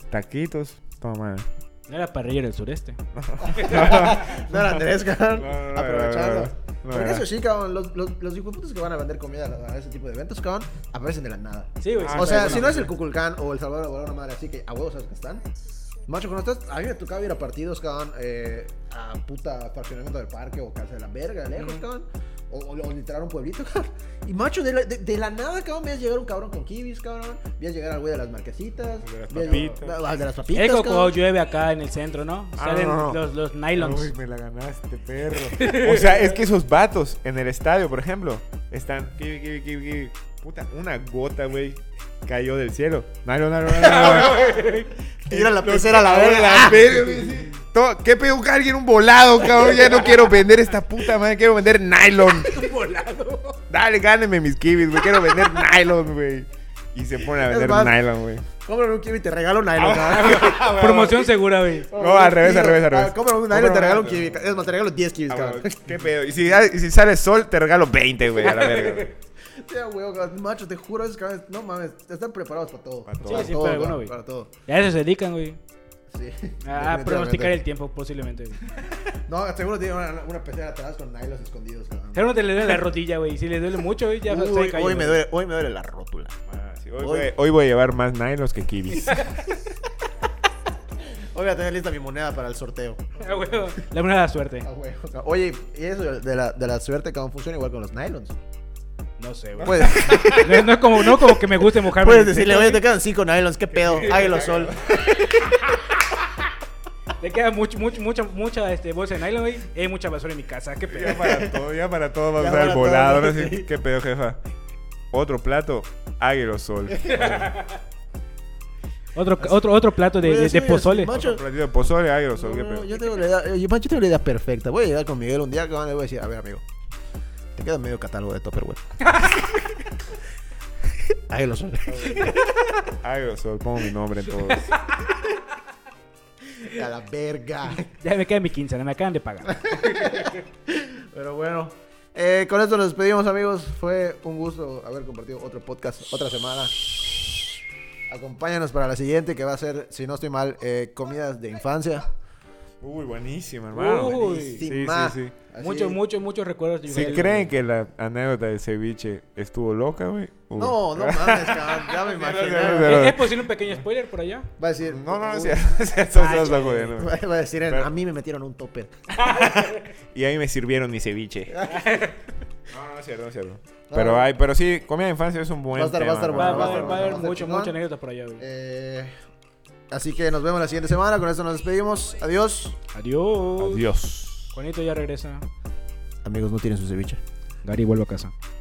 S2: Taquitos, toma madre.
S3: No era parrilla del sureste.
S1: No era Andrés, cabrón.
S2: No, no, no,
S1: Aprovechando.
S2: no, no, no, no,
S1: Porque
S2: no.
S1: eso sí, cabrón. Los, los, los hijueputas que van a vender comida a a ese tipo de eventos, cabrón, aparecen de la nada.
S3: Sí, güey.
S2: Ah,
S3: sí,
S1: O sea,
S3: pero
S1: si
S3: bueno.
S1: no es el Cuculcán o el Salvador o una madre así que a huevos sabes que están. Macho, cuando estás, a mí me tocaba ir a partidos, cabrón, eh, a puta fraccionamiento del parque o calza de la verga, lejos, cabrón. O, o, o literal un pueblito, cabrón. Y macho, de la, de, de la nada, cabrón, veías llegar un cabrón con kibis, cabrón. Veías llegar al güey de las marquesitas.
S2: De las
S1: veías-
S2: papitas.
S1: ah, De las papitas.
S3: Es como cuando
S1: cabrón.
S3: llueve acá en el centro, ¿no?
S2: Ah,
S3: Salen
S2: no, no.
S3: Los, los nylons.
S2: Uy, me la ganaste, perro. o sea, es que esos vatos en el estadio, por ejemplo, están. kiwi, kiwi, kiwi, kiwi. Puta, una gota, güey, cayó del cielo. Nylon, nylon, nylon, nylon.
S5: Tira la pecera a la
S2: Ahora
S5: verga.
S2: la verga, Ah. güey, sí. To- ¿Qué pedo que alguien un volado, cabrón? Ya no quiero vender esta puta madre, quiero vender nylon. un volado. Dale, gáneme mis kibis, güey. Quiero vender nylon, güey. Y se ponen a vender
S1: más,
S2: nylon, güey.
S1: Compran un kiwi y te regalo un nylon, cabrón.
S3: Promoción segura, güey.
S2: Ah. No, al revés, al revés, al
S1: Ah,
S2: revés.
S1: Compran un nylon y te regalo un kiwi. Es más, te regalo 10 kibis,
S2: Ah,
S1: cabrón.
S2: bueno, ¿Qué pedo? Y si, ah, y si sale sol, te regalo 20, güey, a la verga. güey.
S1: Sí, a huevo, cabrón. macho, te juro, esos cabrones, no mames, están preparados para todo.
S2: Para todo.
S3: Sí, sí, para alguno,
S1: cabrón,
S3: güey.
S1: para todo.
S3: Y a eso se dedican, güey.
S1: Sí.
S3: A Ah,
S1: definitivamente.
S3: pronosticar el tiempo, posiblemente. güey.
S1: No, seguro tiene una, una pecera atrás con nylons escondidos, cabrón.
S3: Seguro te le duele la rodilla, güey. Si le duele mucho, güey, ya
S5: Uy,
S3: se cayó,
S5: hoy, me
S3: güey.
S5: duele, hoy me duele la rótula.
S2: Ah, sí, hoy, voy- hoy voy a llevar más nylons que kibis.
S1: Hoy voy a tener lista mi moneda para el sorteo.
S3: Ah, güey, La buena de la suerte.
S1: A huevo, cabrón. Oye, y eso de la, de la suerte, cabrón, funciona igual con los nylons.
S3: No sé, güey.
S1: Puedes,
S3: No, no es como, no como que me guste mojarme.
S5: Puedes
S3: en el
S5: decirle,
S3: techo,
S5: oye, te quedan cinco nylons, qué pedo. Águilo sol.
S3: güey. Le queda mucho, mucho, mucha, mucha este, bolsa de nylon, güey. Y hay mucha basura en mi casa. ¿Qué pedo?
S2: Ya para todo, ya para todo va
S1: Ya
S2: a usar
S1: para
S2: el
S1: todo,
S2: volador.
S1: sí.
S2: así, ¿Qué pedo, jefa? Otro plato, aerosol.
S3: Otro, otro, otro plato de,
S1: Oye,
S3: de,
S1: sí,
S3: Eh, de
S1: oye,
S3: pozole.
S1: macho,
S2: Otro platito de pozole, aerosol. ¿Qué
S1: No,
S2: pedo?
S1: no, yo tengo la edad, yo, Pancho, tengo la edad perfecta. Voy a llegar con Miguel un día que van, le voy a decir, a ver, amigo, te queda medio catálogo de Tupperware. Ahí lo son.
S2: Aerosol, pongo mi nombre en todos.
S1: A la verga.
S3: Ya me queda mi quincena, me acaban de pagar.
S1: Pero bueno, eh, con esto nos despedimos, amigos. Fue un gusto haber compartido otro podcast otra semana. Acompáñanos para la siguiente que va a ser, si no estoy mal, eh, comidas de infancia.
S2: Uy, buenísimo, hermano.
S3: Uy.
S2: sí,
S1: Buenísima.
S2: sí.
S1: Así-
S3: Muchos, muchos, muchos recuerdos. de
S2: Si
S3: Yucatán.
S2: creen que la anécdota del ceviche estuvo loca, güey. uy.
S1: No, no mames, cabrón. Ya me imaginé.
S2: pero-
S3: ¿Es, es posible un pequeño spoiler por allá?
S1: Va a decir.
S2: No, no, no,
S1: "Uy".
S2: sí, sí, eso se está jodiendo, güey.
S1: Va a decir,
S2: Pero-
S1: a mí me metieron un topper.
S2: Y ahí me sirvieron mi ceviche. No, no es cierto, no es cierto. Pero
S1: no.
S2: hay, pero sí, comida de infancia es un buen
S1: Va a estar- va a
S2: tema,
S1: estar
S2: ¿no?
S3: Va,
S1: bueno,
S3: va a
S1: a
S3: haber,
S1: estar
S3: va a haber
S1: bueno, va a
S3: mucho,
S1: estar
S3: mucha
S1: chingón.
S3: anécdota por allá, güey.
S1: Eh, así que nos vemos la siguiente semana. Con esto nos despedimos. Adiós.
S3: Adiós.
S2: Adiós.
S3: Juanito ya regresa.
S1: Amigos, no tienen su ceviche.
S3: Gary, vuelvo a casa.